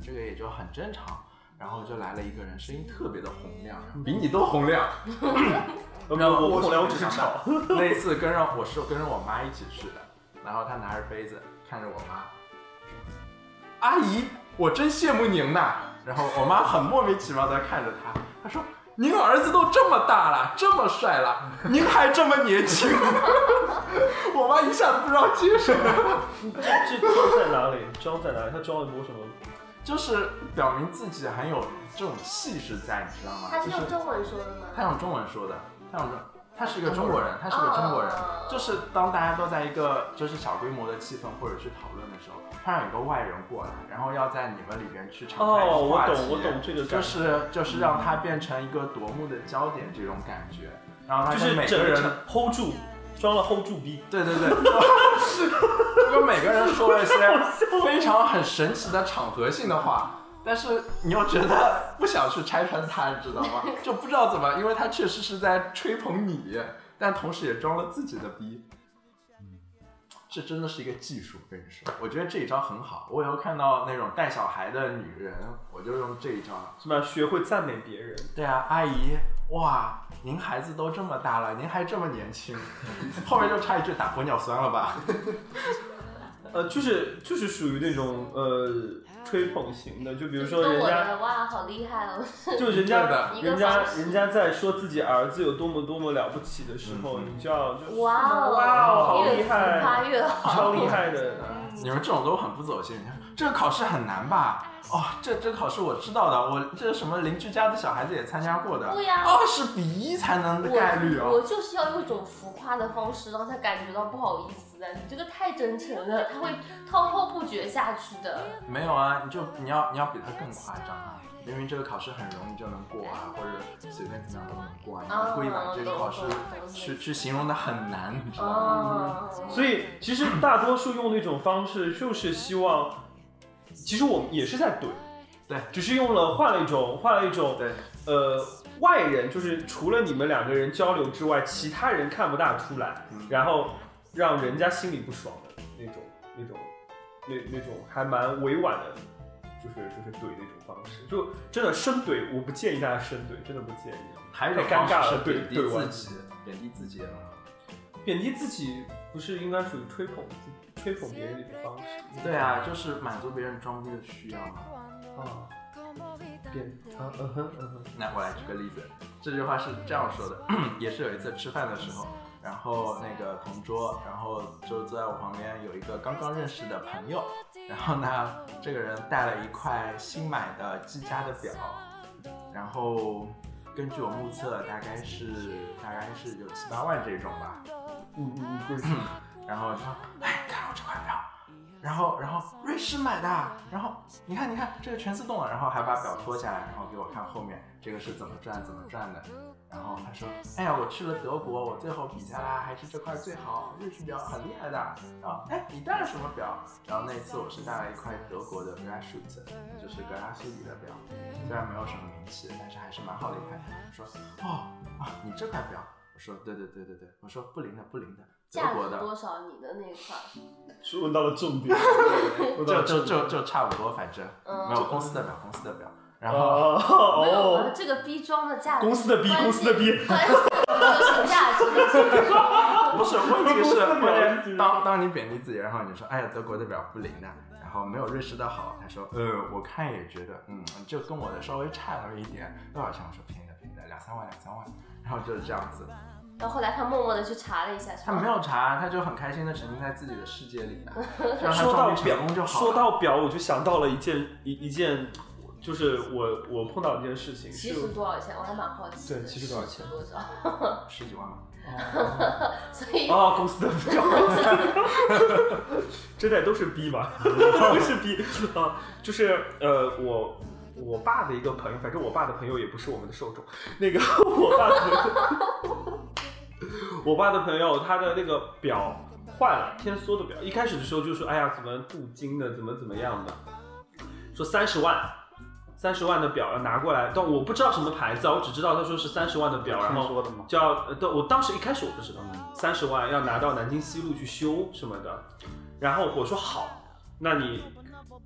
Speaker 1: 这个也就很正常。然后就来了一个人，声音特别的洪亮，比你都洪亮。
Speaker 5: 那我
Speaker 1: 我
Speaker 5: 后来我只是 吵。
Speaker 1: 那一次跟上我是跟着我妈一起去的，然后她拿着杯子看着我妈，阿姨，我真羡慕您呐。然后我妈很莫名其妙的看着她，她说：“您儿子都这么大了，这么帅了，您还这么年轻。” 我妈一下子不知道接什么，
Speaker 5: 这装在哪里？装在哪里？他装了一波什么？
Speaker 1: 就是表明自己很有这种气势在，你知道吗？
Speaker 3: 他是
Speaker 1: 就是
Speaker 3: 用中文说的吗？
Speaker 1: 他用中文说的，他用中，他是一个中国人，他是个中国人
Speaker 3: 哦。
Speaker 1: 就是当大家都在一个就是小规模的气氛或者去讨论的时候，突然有个外人过来，然后要在你们里边去敞开
Speaker 5: 哦我
Speaker 1: 话题，
Speaker 5: 懂我懂这个感觉
Speaker 1: 就是就是让他变成一个夺目的焦点这种感觉。然后他
Speaker 5: 就是
Speaker 1: 每
Speaker 5: 整
Speaker 1: 个
Speaker 5: 个
Speaker 1: 人，
Speaker 5: 人 hold 住，装了 hold 住逼。
Speaker 1: 对对对，就跟每个人说了一些非常很神奇的场合性的话。但是你又觉得不想去拆穿他，你知道吗？就不知道怎么，因为他确实是在吹捧你，但同时也装了自己的逼。这真的是一个技术，我跟你说，我觉得这一招很好。我以后看到那种带小孩的女人，我就用这一招。
Speaker 5: 什么？学会赞美别人。
Speaker 1: 对啊，阿姨，哇，您孩子都这么大了，您还这么年 轻，后面就差一句打玻尿酸了吧？
Speaker 5: 呃，就是就是属于那种呃吹捧型的，就比
Speaker 3: 比
Speaker 5: 如说人
Speaker 3: 我
Speaker 5: 家
Speaker 3: 的哇，好厉 害哦！
Speaker 5: 就人家
Speaker 1: 对的
Speaker 5: 人
Speaker 3: 一个
Speaker 5: 家
Speaker 3: 方式
Speaker 5: 人家在说自己儿子有多么多么了不起的时候，你就要就
Speaker 3: 哇哦，
Speaker 5: 哇哦，好
Speaker 3: 越
Speaker 5: 厉
Speaker 3: 浮夸
Speaker 5: 害，
Speaker 3: 越好。
Speaker 5: 超厉害 的。
Speaker 3: 嗯
Speaker 1: 你们这种都很不走心。这个考试很难吧？哦，这这考试我知道的，我这什么邻居家的小孩子也参加过的。
Speaker 3: 对呀
Speaker 1: 二十比一才能的概率
Speaker 5: 啊
Speaker 3: 我我
Speaker 1: 哦。
Speaker 3: 就是要用一种浮夸的方式让他感觉到不好意思啊的，你这个太真诚了，他会滔滔不绝下去的。
Speaker 1: 没有啊，你就你要你要比他更夸张啊！明明这个考试很容易就能过啊，或者随便怎么样都能过啊，你
Speaker 3: 哦
Speaker 1: 故意把这个考试
Speaker 3: 懂懂懂
Speaker 1: 去去形容的很难，你知道吗？
Speaker 3: 哦，
Speaker 5: 嗯所以其实大多数用那种方式，就是希望，其实我们也是在怼，
Speaker 1: 对
Speaker 5: 只是用了换了一种换了一种
Speaker 1: 对，
Speaker 5: 呃外人，就是除了你们两个人交流之外，其他人看不大出来，
Speaker 1: 嗯
Speaker 5: 然后让人家心里不爽的那种那种那那种还蛮委婉的，就是就是怼的一种方式，就真的深怼，我不建议大家深怼，真的不建议，
Speaker 1: 还有一种
Speaker 5: 太尴尬
Speaker 1: 方式
Speaker 5: 了
Speaker 1: 是
Speaker 5: 对
Speaker 1: 贬低
Speaker 5: 对完
Speaker 1: 自己，贬低自己
Speaker 5: 啊
Speaker 1: 也很好。
Speaker 5: 贬低自己不是应该属于吹捧自吹捧别人的一种方式
Speaker 1: 对啊，就是满足别人装逼的需要嘛。
Speaker 5: 啊。贬啊嗯哼嗯哼，
Speaker 1: 那我来举个例子，这句话是这样说的， 也是有一次吃饭的时候，然后那个同桌，然后就坐在我旁边有一个刚刚认识的朋友，然后呢，这个人带了一块新买的积家的表，然后根据我目测，大概是大概是有七八万这种吧，
Speaker 5: 嗯嗯嗯，对
Speaker 1: 然后就说：“哎，看我这块表。”然后，然后瑞士买的，然后你看，你看这个全自动了，然后还把表脱下来，然后给我看后面这个是怎么转怎么转的。然后他说：“哎呀，我去了德国，我最后比下来还是这块最好，瑞士表很厉害的。”然后，哎，你带了什么表？然后那一次我是带了一块德国的 Grasshoot，就是格拉苏里的表，虽然没有什么名气，但是还是蛮好的一块表。说：“哦，啊，你这块表？”我说：“对对对对对。”我说：“不灵的，不灵的，德
Speaker 3: 价
Speaker 1: 国
Speaker 3: 值
Speaker 1: 的。”
Speaker 3: 多少？你的那一块，
Speaker 5: 是问到了重点，问到
Speaker 1: 就
Speaker 5: 了
Speaker 1: 就
Speaker 5: 重点
Speaker 1: 就就差不多，反正
Speaker 3: 嗯
Speaker 1: 没有公司的表，公司的表。然后
Speaker 5: 哦
Speaker 3: 没有
Speaker 5: 哦
Speaker 3: 啊，，这个逼装的价值，
Speaker 5: 公司的逼
Speaker 3: 关键
Speaker 5: 公司的逼
Speaker 3: 关键是有价值的。
Speaker 1: 不是问题
Speaker 5: 公司
Speaker 1: 是
Speaker 5: 的表
Speaker 1: 问题是，当当你贬低自己，然后你说哎呀德国的表不灵的，然后没有瑞士的好，他说呃我看也觉得嗯就跟我的稍微差那么一点，多少钱？我说便宜的便宜的，两三万两三万，然后就是这样子。
Speaker 3: 然后后来他默默的去查了一下，是
Speaker 1: 他
Speaker 3: 吧
Speaker 1: 没有查，他就很开心的沉浸在自己的世界里了，就让他
Speaker 5: 说到
Speaker 1: 装逼成功就
Speaker 5: 表，
Speaker 1: 好了。
Speaker 5: 说到表，我就想到了一件一一件，就是我我碰到一件事情，
Speaker 3: 其
Speaker 5: 是
Speaker 3: 实多少钱？我还蛮好奇的。
Speaker 5: 对其实多少钱
Speaker 3: 多少？
Speaker 1: 十几万吧，
Speaker 3: 所以
Speaker 5: 啊，公司的表， 这代都是逼 吧，都是逼啊，就是呃，我我爸的一个朋友，反正我爸的朋友也不是我们的受众，那个我爸的朋友， 我爸的朋友他的那个表换了天梭的表，一开始的时候就说哎呀怎么镀金的，怎么怎么样的，说三十万。三十万的表要拿过来，但我不知道什么牌子啊，我只知道他说是三十万的表，然后
Speaker 2: 听说的吗？
Speaker 5: 就要呃，对，我当时一开始我不知道，三十万要拿到南京西路去修什么的，然后我说好，那你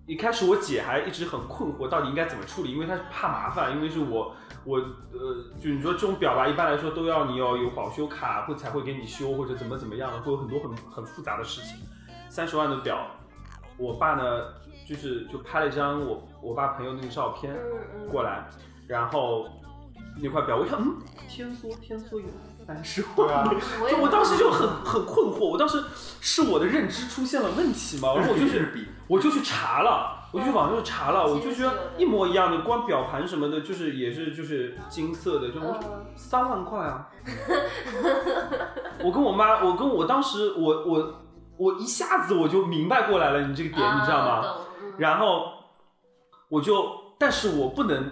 Speaker 5: 一开始我姐还一直很困惑，到底应该怎么处理，因为她是怕麻烦，因为是我我呃，就你说这种表达一般来说都要你要有保修卡，会才会给你修，或者怎么怎么样的，会有很多很很复杂的事情。三十万的表，我爸呢就是就拍了一张我我爸朋友那个照片
Speaker 3: 嗯嗯，
Speaker 5: 过来，然后那块表，我一看，嗯，天梭天梭有三十万，
Speaker 2: 对啊，
Speaker 3: 我也
Speaker 5: 就我当时就很很困惑，我当时是我的认知出现了问题吗？然后我就 去我就去查了，我就去网上查了，我就觉得一模一样的，光表盘什么的，就是也是就是金色的，就我就
Speaker 3: 嗯
Speaker 5: 三万块 啊！我跟我妈，我跟我当时我我我一下子我就明白过来了，你这个点你知道吗？
Speaker 3: 啊懂嗯
Speaker 5: 然后我就，但是我不能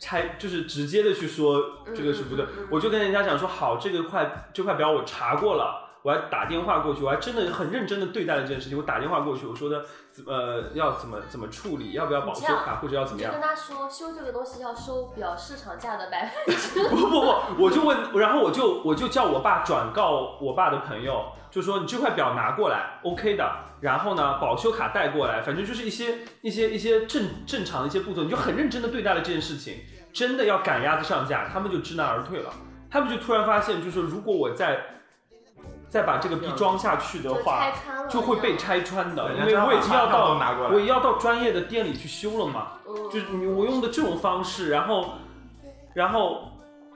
Speaker 5: 拆，就是直接的去说这个是不对，
Speaker 3: 嗯嗯嗯嗯
Speaker 5: 我就跟人家讲说，好，这个块这块表我查过了。我还打电话过去，我还真的很认真的对待了这件事情。我打电话过去，我说的，怎呃，要怎么怎么处理，要不要保修
Speaker 3: 你这
Speaker 5: 卡，或者要怎
Speaker 3: 你
Speaker 5: 么
Speaker 3: 嗯
Speaker 5: 样？
Speaker 3: 就跟他说，修这个东西要收表市场价的百分 之。
Speaker 5: 不不不，我就问，然后我就我就叫我爸转告我爸的朋友，就说你这块表拿过来，OK 的。然后呢，保修卡带过来，反正就是一些一些一些正正常的一些步骤，你就很认真的对待了这件事情。真的要赶鸭子上架，他们就知难而退了。他们就突然发现，就是如果我再再把这个币装下去的
Speaker 3: 就
Speaker 5: 话
Speaker 3: 拆，穿了，
Speaker 5: 就会被。拆穿的，因
Speaker 2: 人
Speaker 5: 为
Speaker 2: 家
Speaker 5: 我已经要
Speaker 2: 把票
Speaker 5: 到
Speaker 2: 都拿过
Speaker 5: 我
Speaker 2: 来，
Speaker 5: 也要到专业的店里去修了嘛。
Speaker 3: 嗯，
Speaker 5: 就是你我用的这种方式，然后，然后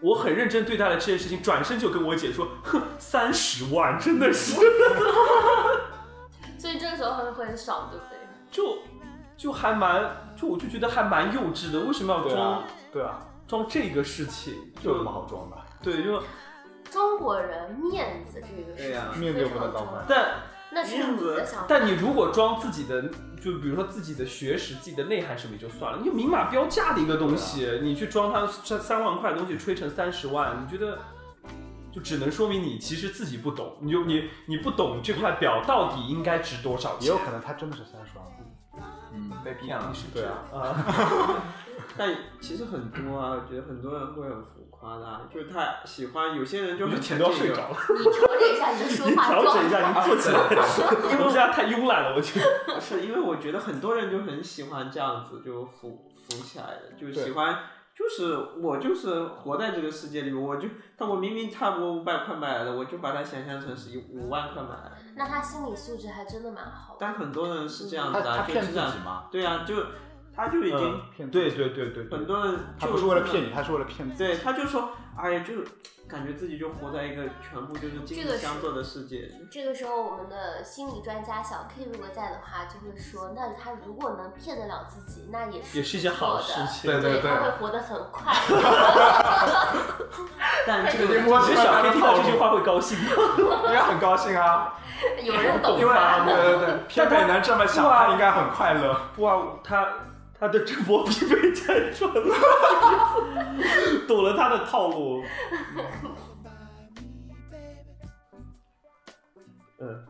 Speaker 5: 我很认真对待了这件事情，转身就跟我姐说，哼，三十万真的是
Speaker 2: 嗯
Speaker 3: 所以这个时候会会很爽，对不对？
Speaker 5: 就就还蛮就我就觉得还蛮幼稚的，为什么要
Speaker 2: 对
Speaker 5: 装、
Speaker 2: 啊，对啊，
Speaker 5: 装这个事情？
Speaker 2: 有什
Speaker 5: 就
Speaker 2: 么好装的？
Speaker 5: 对，就
Speaker 3: 中国人面子这个事
Speaker 4: 对呀
Speaker 3: 情
Speaker 2: 面子
Speaker 3: 非
Speaker 2: 又不
Speaker 3: 常
Speaker 2: 能
Speaker 3: 重
Speaker 2: 当
Speaker 3: 要
Speaker 2: 饭，
Speaker 5: 但
Speaker 3: 那是你的想法。
Speaker 5: 但你如果装自己的，就比如说自己的学识、自己的内涵什么也就算了，你就明码标价的一个东西，你去装它三三万块的东西吹成三十万，你觉得就只能说明你其实自己不懂，你就你你不懂这块表到底应该值多少
Speaker 2: 也
Speaker 5: 钱
Speaker 2: 有可能他真的是三十万了。
Speaker 1: 被骗了，
Speaker 2: 对啊，
Speaker 5: 啊？
Speaker 4: 但其实很多啊，我觉得很多人会很浮夸的啊，就是他喜欢有些人就
Speaker 5: 我
Speaker 4: 很
Speaker 5: 舔到
Speaker 4: 这
Speaker 5: 睡
Speaker 4: 个
Speaker 5: 着了，
Speaker 3: 你调整一下你的说
Speaker 5: 你
Speaker 3: 话
Speaker 5: 调整一
Speaker 3: 状
Speaker 5: 下，
Speaker 3: 态，
Speaker 5: 你坐起来，我现在太慵懒了，我觉得。
Speaker 4: 不 是因为我觉得很多人就很喜欢这样子，就浮浮起来的，就喜欢，就是我就是活在这个世界里面，我就，但我明明差不多五百块买的，我就把它想象成是一五万块买的，
Speaker 3: 那他心理素质还真的蛮好的。
Speaker 4: 但很多人是这样
Speaker 2: 他
Speaker 4: 子
Speaker 2: 他
Speaker 4: 啊，就
Speaker 2: 骗自
Speaker 4: 是这样
Speaker 2: 己，吗？
Speaker 4: 对啊，就他就已经、
Speaker 2: 骗自
Speaker 5: 对
Speaker 2: 己
Speaker 5: 对对对对
Speaker 4: 很，多人就
Speaker 2: 嗯他不是为了骗你，他是为了骗自己。
Speaker 4: 对，他就说，哎呀，就感觉自己就活在一个全部就是金
Speaker 3: 这个
Speaker 4: 钱相作的世界里。
Speaker 3: 这个时候，我们的心理专家小 K 如果在的话，就会说，那他如果能骗得了自己，那也是
Speaker 5: 也是一件好事
Speaker 3: 不错的。
Speaker 5: 情。
Speaker 2: 对对
Speaker 3: 他会活得很快乐。
Speaker 4: 但这个
Speaker 5: 我觉得小 K 听到这句话会高兴。
Speaker 1: 应该很高兴啊，
Speaker 3: 有人懂
Speaker 1: 因为
Speaker 3: 他，
Speaker 1: 对对对，偏北能这么想，
Speaker 5: 哇
Speaker 1: 他应该很快乐。
Speaker 5: 哇，他他的直播必被拆穿了，懂了他的套路。嗯，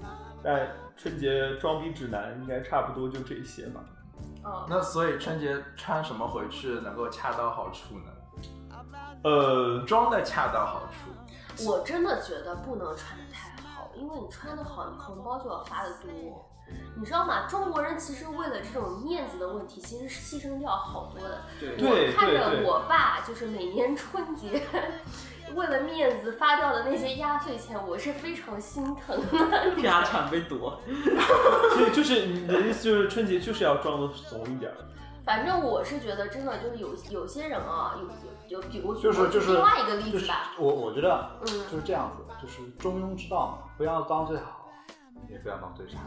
Speaker 5: 但春节装逼指南应该差不多就这些吧。
Speaker 3: 嗯，
Speaker 1: 那所以春节穿什么回去能够恰到好处呢？
Speaker 5: 呃，
Speaker 1: 装的恰到好处，
Speaker 3: 我真的觉得不能穿的太好，因为你穿的好，你红包就要发的多。你知道吗？中国人其实为了这种面子的问题，其实是牺牲掉好多的。
Speaker 4: 对
Speaker 5: 对
Speaker 3: 我看
Speaker 5: 对
Speaker 3: 着
Speaker 5: 对
Speaker 3: 我爸就是每年春节为了面子发掉的那些压岁钱，我是非常心疼的。
Speaker 4: 家产被夺，
Speaker 5: 所以就是你的意思就是春节就是要装的怂一点儿。
Speaker 3: 反正我是觉得，真的就是有有些人啊，有有有，比如
Speaker 2: 就是
Speaker 3: 我举
Speaker 2: 就是
Speaker 3: 另外一个例
Speaker 2: 就是
Speaker 3: 子吧，
Speaker 2: 我我觉得
Speaker 3: 嗯，
Speaker 2: 就是这样子，就是中庸之道嘛，不要当最好，也不要当最差。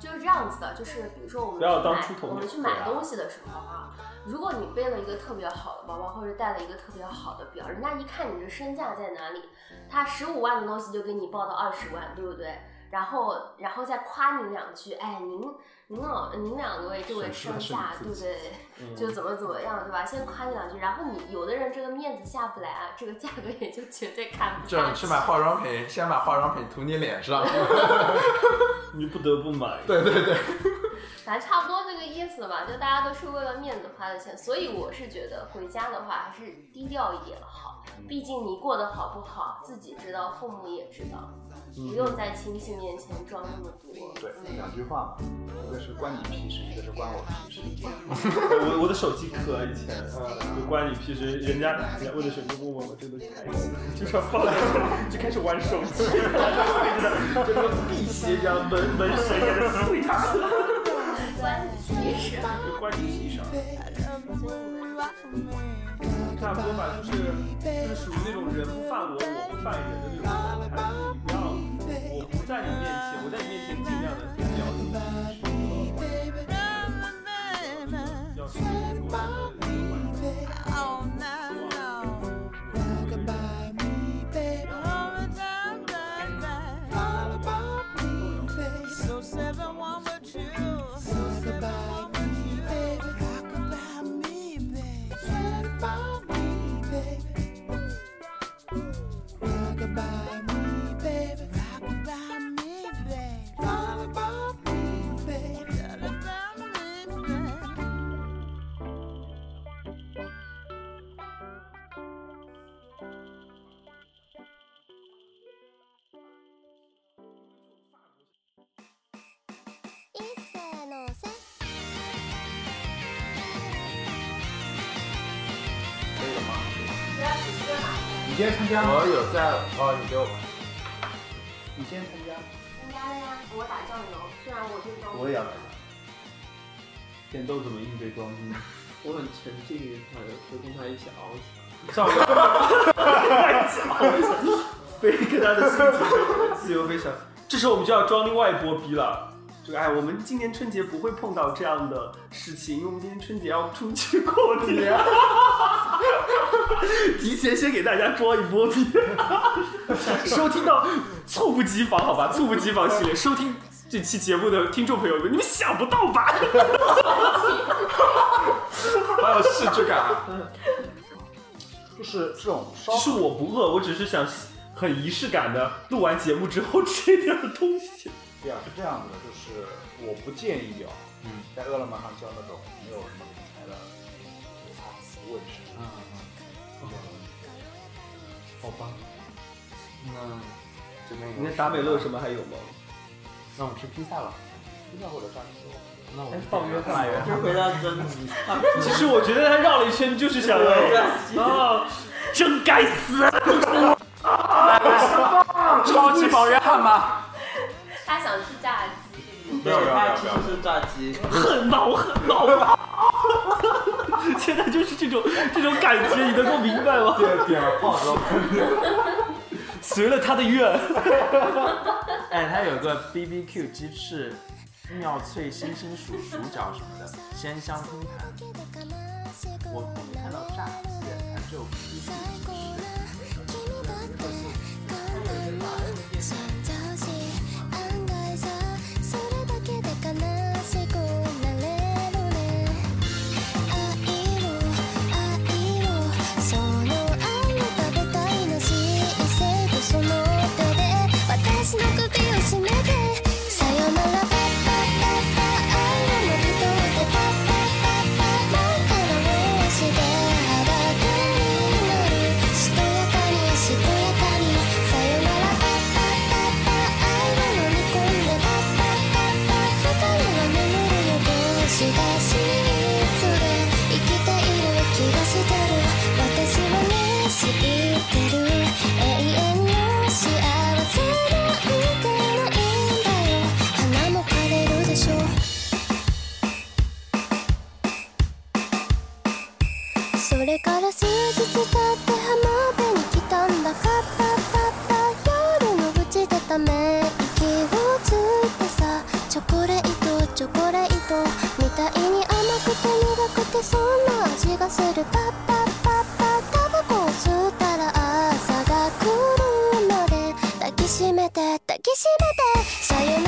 Speaker 3: 就是这样子的，就是比如说我们
Speaker 5: 不要当
Speaker 3: 去
Speaker 5: 出头
Speaker 3: 买我
Speaker 5: 鸟
Speaker 3: 们去买东西的时候啊，如果你背了一个特别好的包包，或者戴了一个特别好的表，人家一看你的身价在哪里，他十五万的东西就给你报到二十万，对不对？然后，然后再夸你两句，哎，您您老您两位这位身价，对不对？ 就怎么怎么样，对吧？先夸你两句，然后你有的人这个面子下不来啊，这个价格也就绝对看不
Speaker 1: 就
Speaker 3: 下
Speaker 1: 你去买化妆 品，先 把化妆品涂你脸上。
Speaker 5: 你就不得不买。
Speaker 1: 对对对，
Speaker 3: 反正差不多这个意思吧，就大家都是为了面子花的钱，所以我是觉得回家的话还是低调一点好，毕竟你过得好不好自己知道，父母也知道，不用在亲戚面前装那么多。
Speaker 2: 对，两句话嘛，一个是关你屁事，一个是关我屁事。
Speaker 5: 我我的手机壳以前，就关你屁事，人家人家为了手机问我，我真的开心，就是要放在这里就开始玩手机， 就跟辟邪一样，门门神一样的碎他，
Speaker 3: 关你屁事！
Speaker 5: 就关你屁事。
Speaker 3: 所以你们
Speaker 5: 差不多吧，就是就是属于那种人不犯我，我不犯人的那种状态。你不要，我不在你面前，我在你面前尽量的低调一点，要是我的那个环境。
Speaker 9: So seven one but you Talk about me, baby. Talk about me, babe. Talk about me, baby. Talk about me, baby. Talk about me, babe. Talk about me, baby. Talk about me, babe.
Speaker 2: 你今天参加吗？
Speaker 1: 我有在哦，你给我吧。
Speaker 2: 你今天参加？
Speaker 3: 参加了呀，我打酱油，虽然我是装，
Speaker 2: 我也要参
Speaker 3: 加。
Speaker 5: 战斗怎么应对装逼？
Speaker 4: 我很沉浸于他，就跟他一起熬起来。
Speaker 5: 上回飞跟他的心情自由飞翔。这时候我们就要装另外一波逼了。这个哎，我们今年春节不会碰到这样的事情，因为我们今年春节要出去过年，提前先给大家装一波逼。收听到猝不及防，好吧，猝不及防系列，收听这期节目的听众朋友们，你们想不到吧？
Speaker 1: 好有视觉感啊！
Speaker 2: 就是这种烧
Speaker 5: 其实我不饿，我只是想很仪式感的录完节目之后吃一点东西。
Speaker 2: 对啊，是这样子的，就是我不建议啊，嗯，在饿了么上叫那种没有什么理财的这个餐，不卫生。嗯
Speaker 1: 好吧，那这边有
Speaker 5: 你那达美乐什么还有吗？
Speaker 1: 那我们吃披萨了。
Speaker 2: 披萨或者炸鸡肉，
Speaker 1: 那我们
Speaker 5: 放约
Speaker 1: 饭
Speaker 4: 就回家蒸，
Speaker 5: 其实我觉得他绕了一圈就是想要啊，真该死！啊
Speaker 1: 超级保约翰吗？
Speaker 3: 他想吃炸鸡，
Speaker 4: 没有，他其实是炸鸡，
Speaker 5: 恨吧，我恨吧，我恨吧现在就是这种这种感觉，你能够明白吗？
Speaker 2: 点点了胖哥，
Speaker 5: 随了他的愿，
Speaker 1: 哎，它有个 BBQ 鸡翅、妙脆星星薯薯角什么的，鲜香拼盘。我我没看到炸鸡，它只有 BBQ 鸡翅。
Speaker 7: その愛を食べたいの人生とその手で私の首を絞めてさよならパッパッパッパ愛はまぶとでパッパッパッパマカロンをして裸になるしとやかにしとやかにさよならパッパッパッパ愛は飲み込んでパッパッパッパ二人は眠るよしだしそれ生きている気がしてる私はね知ってる永遠の幸せなんてないんだよ花も枯れるでしょそれから数日経って浜辺に来たんだカッパッパッパ夜のうちでため息をついてさチョコレートチョコレートみたいに甘くて苦くてそんな味がするパッパッパッパタバコを吸ったら朝が来るまで抱きしめて抱きしめてさよなら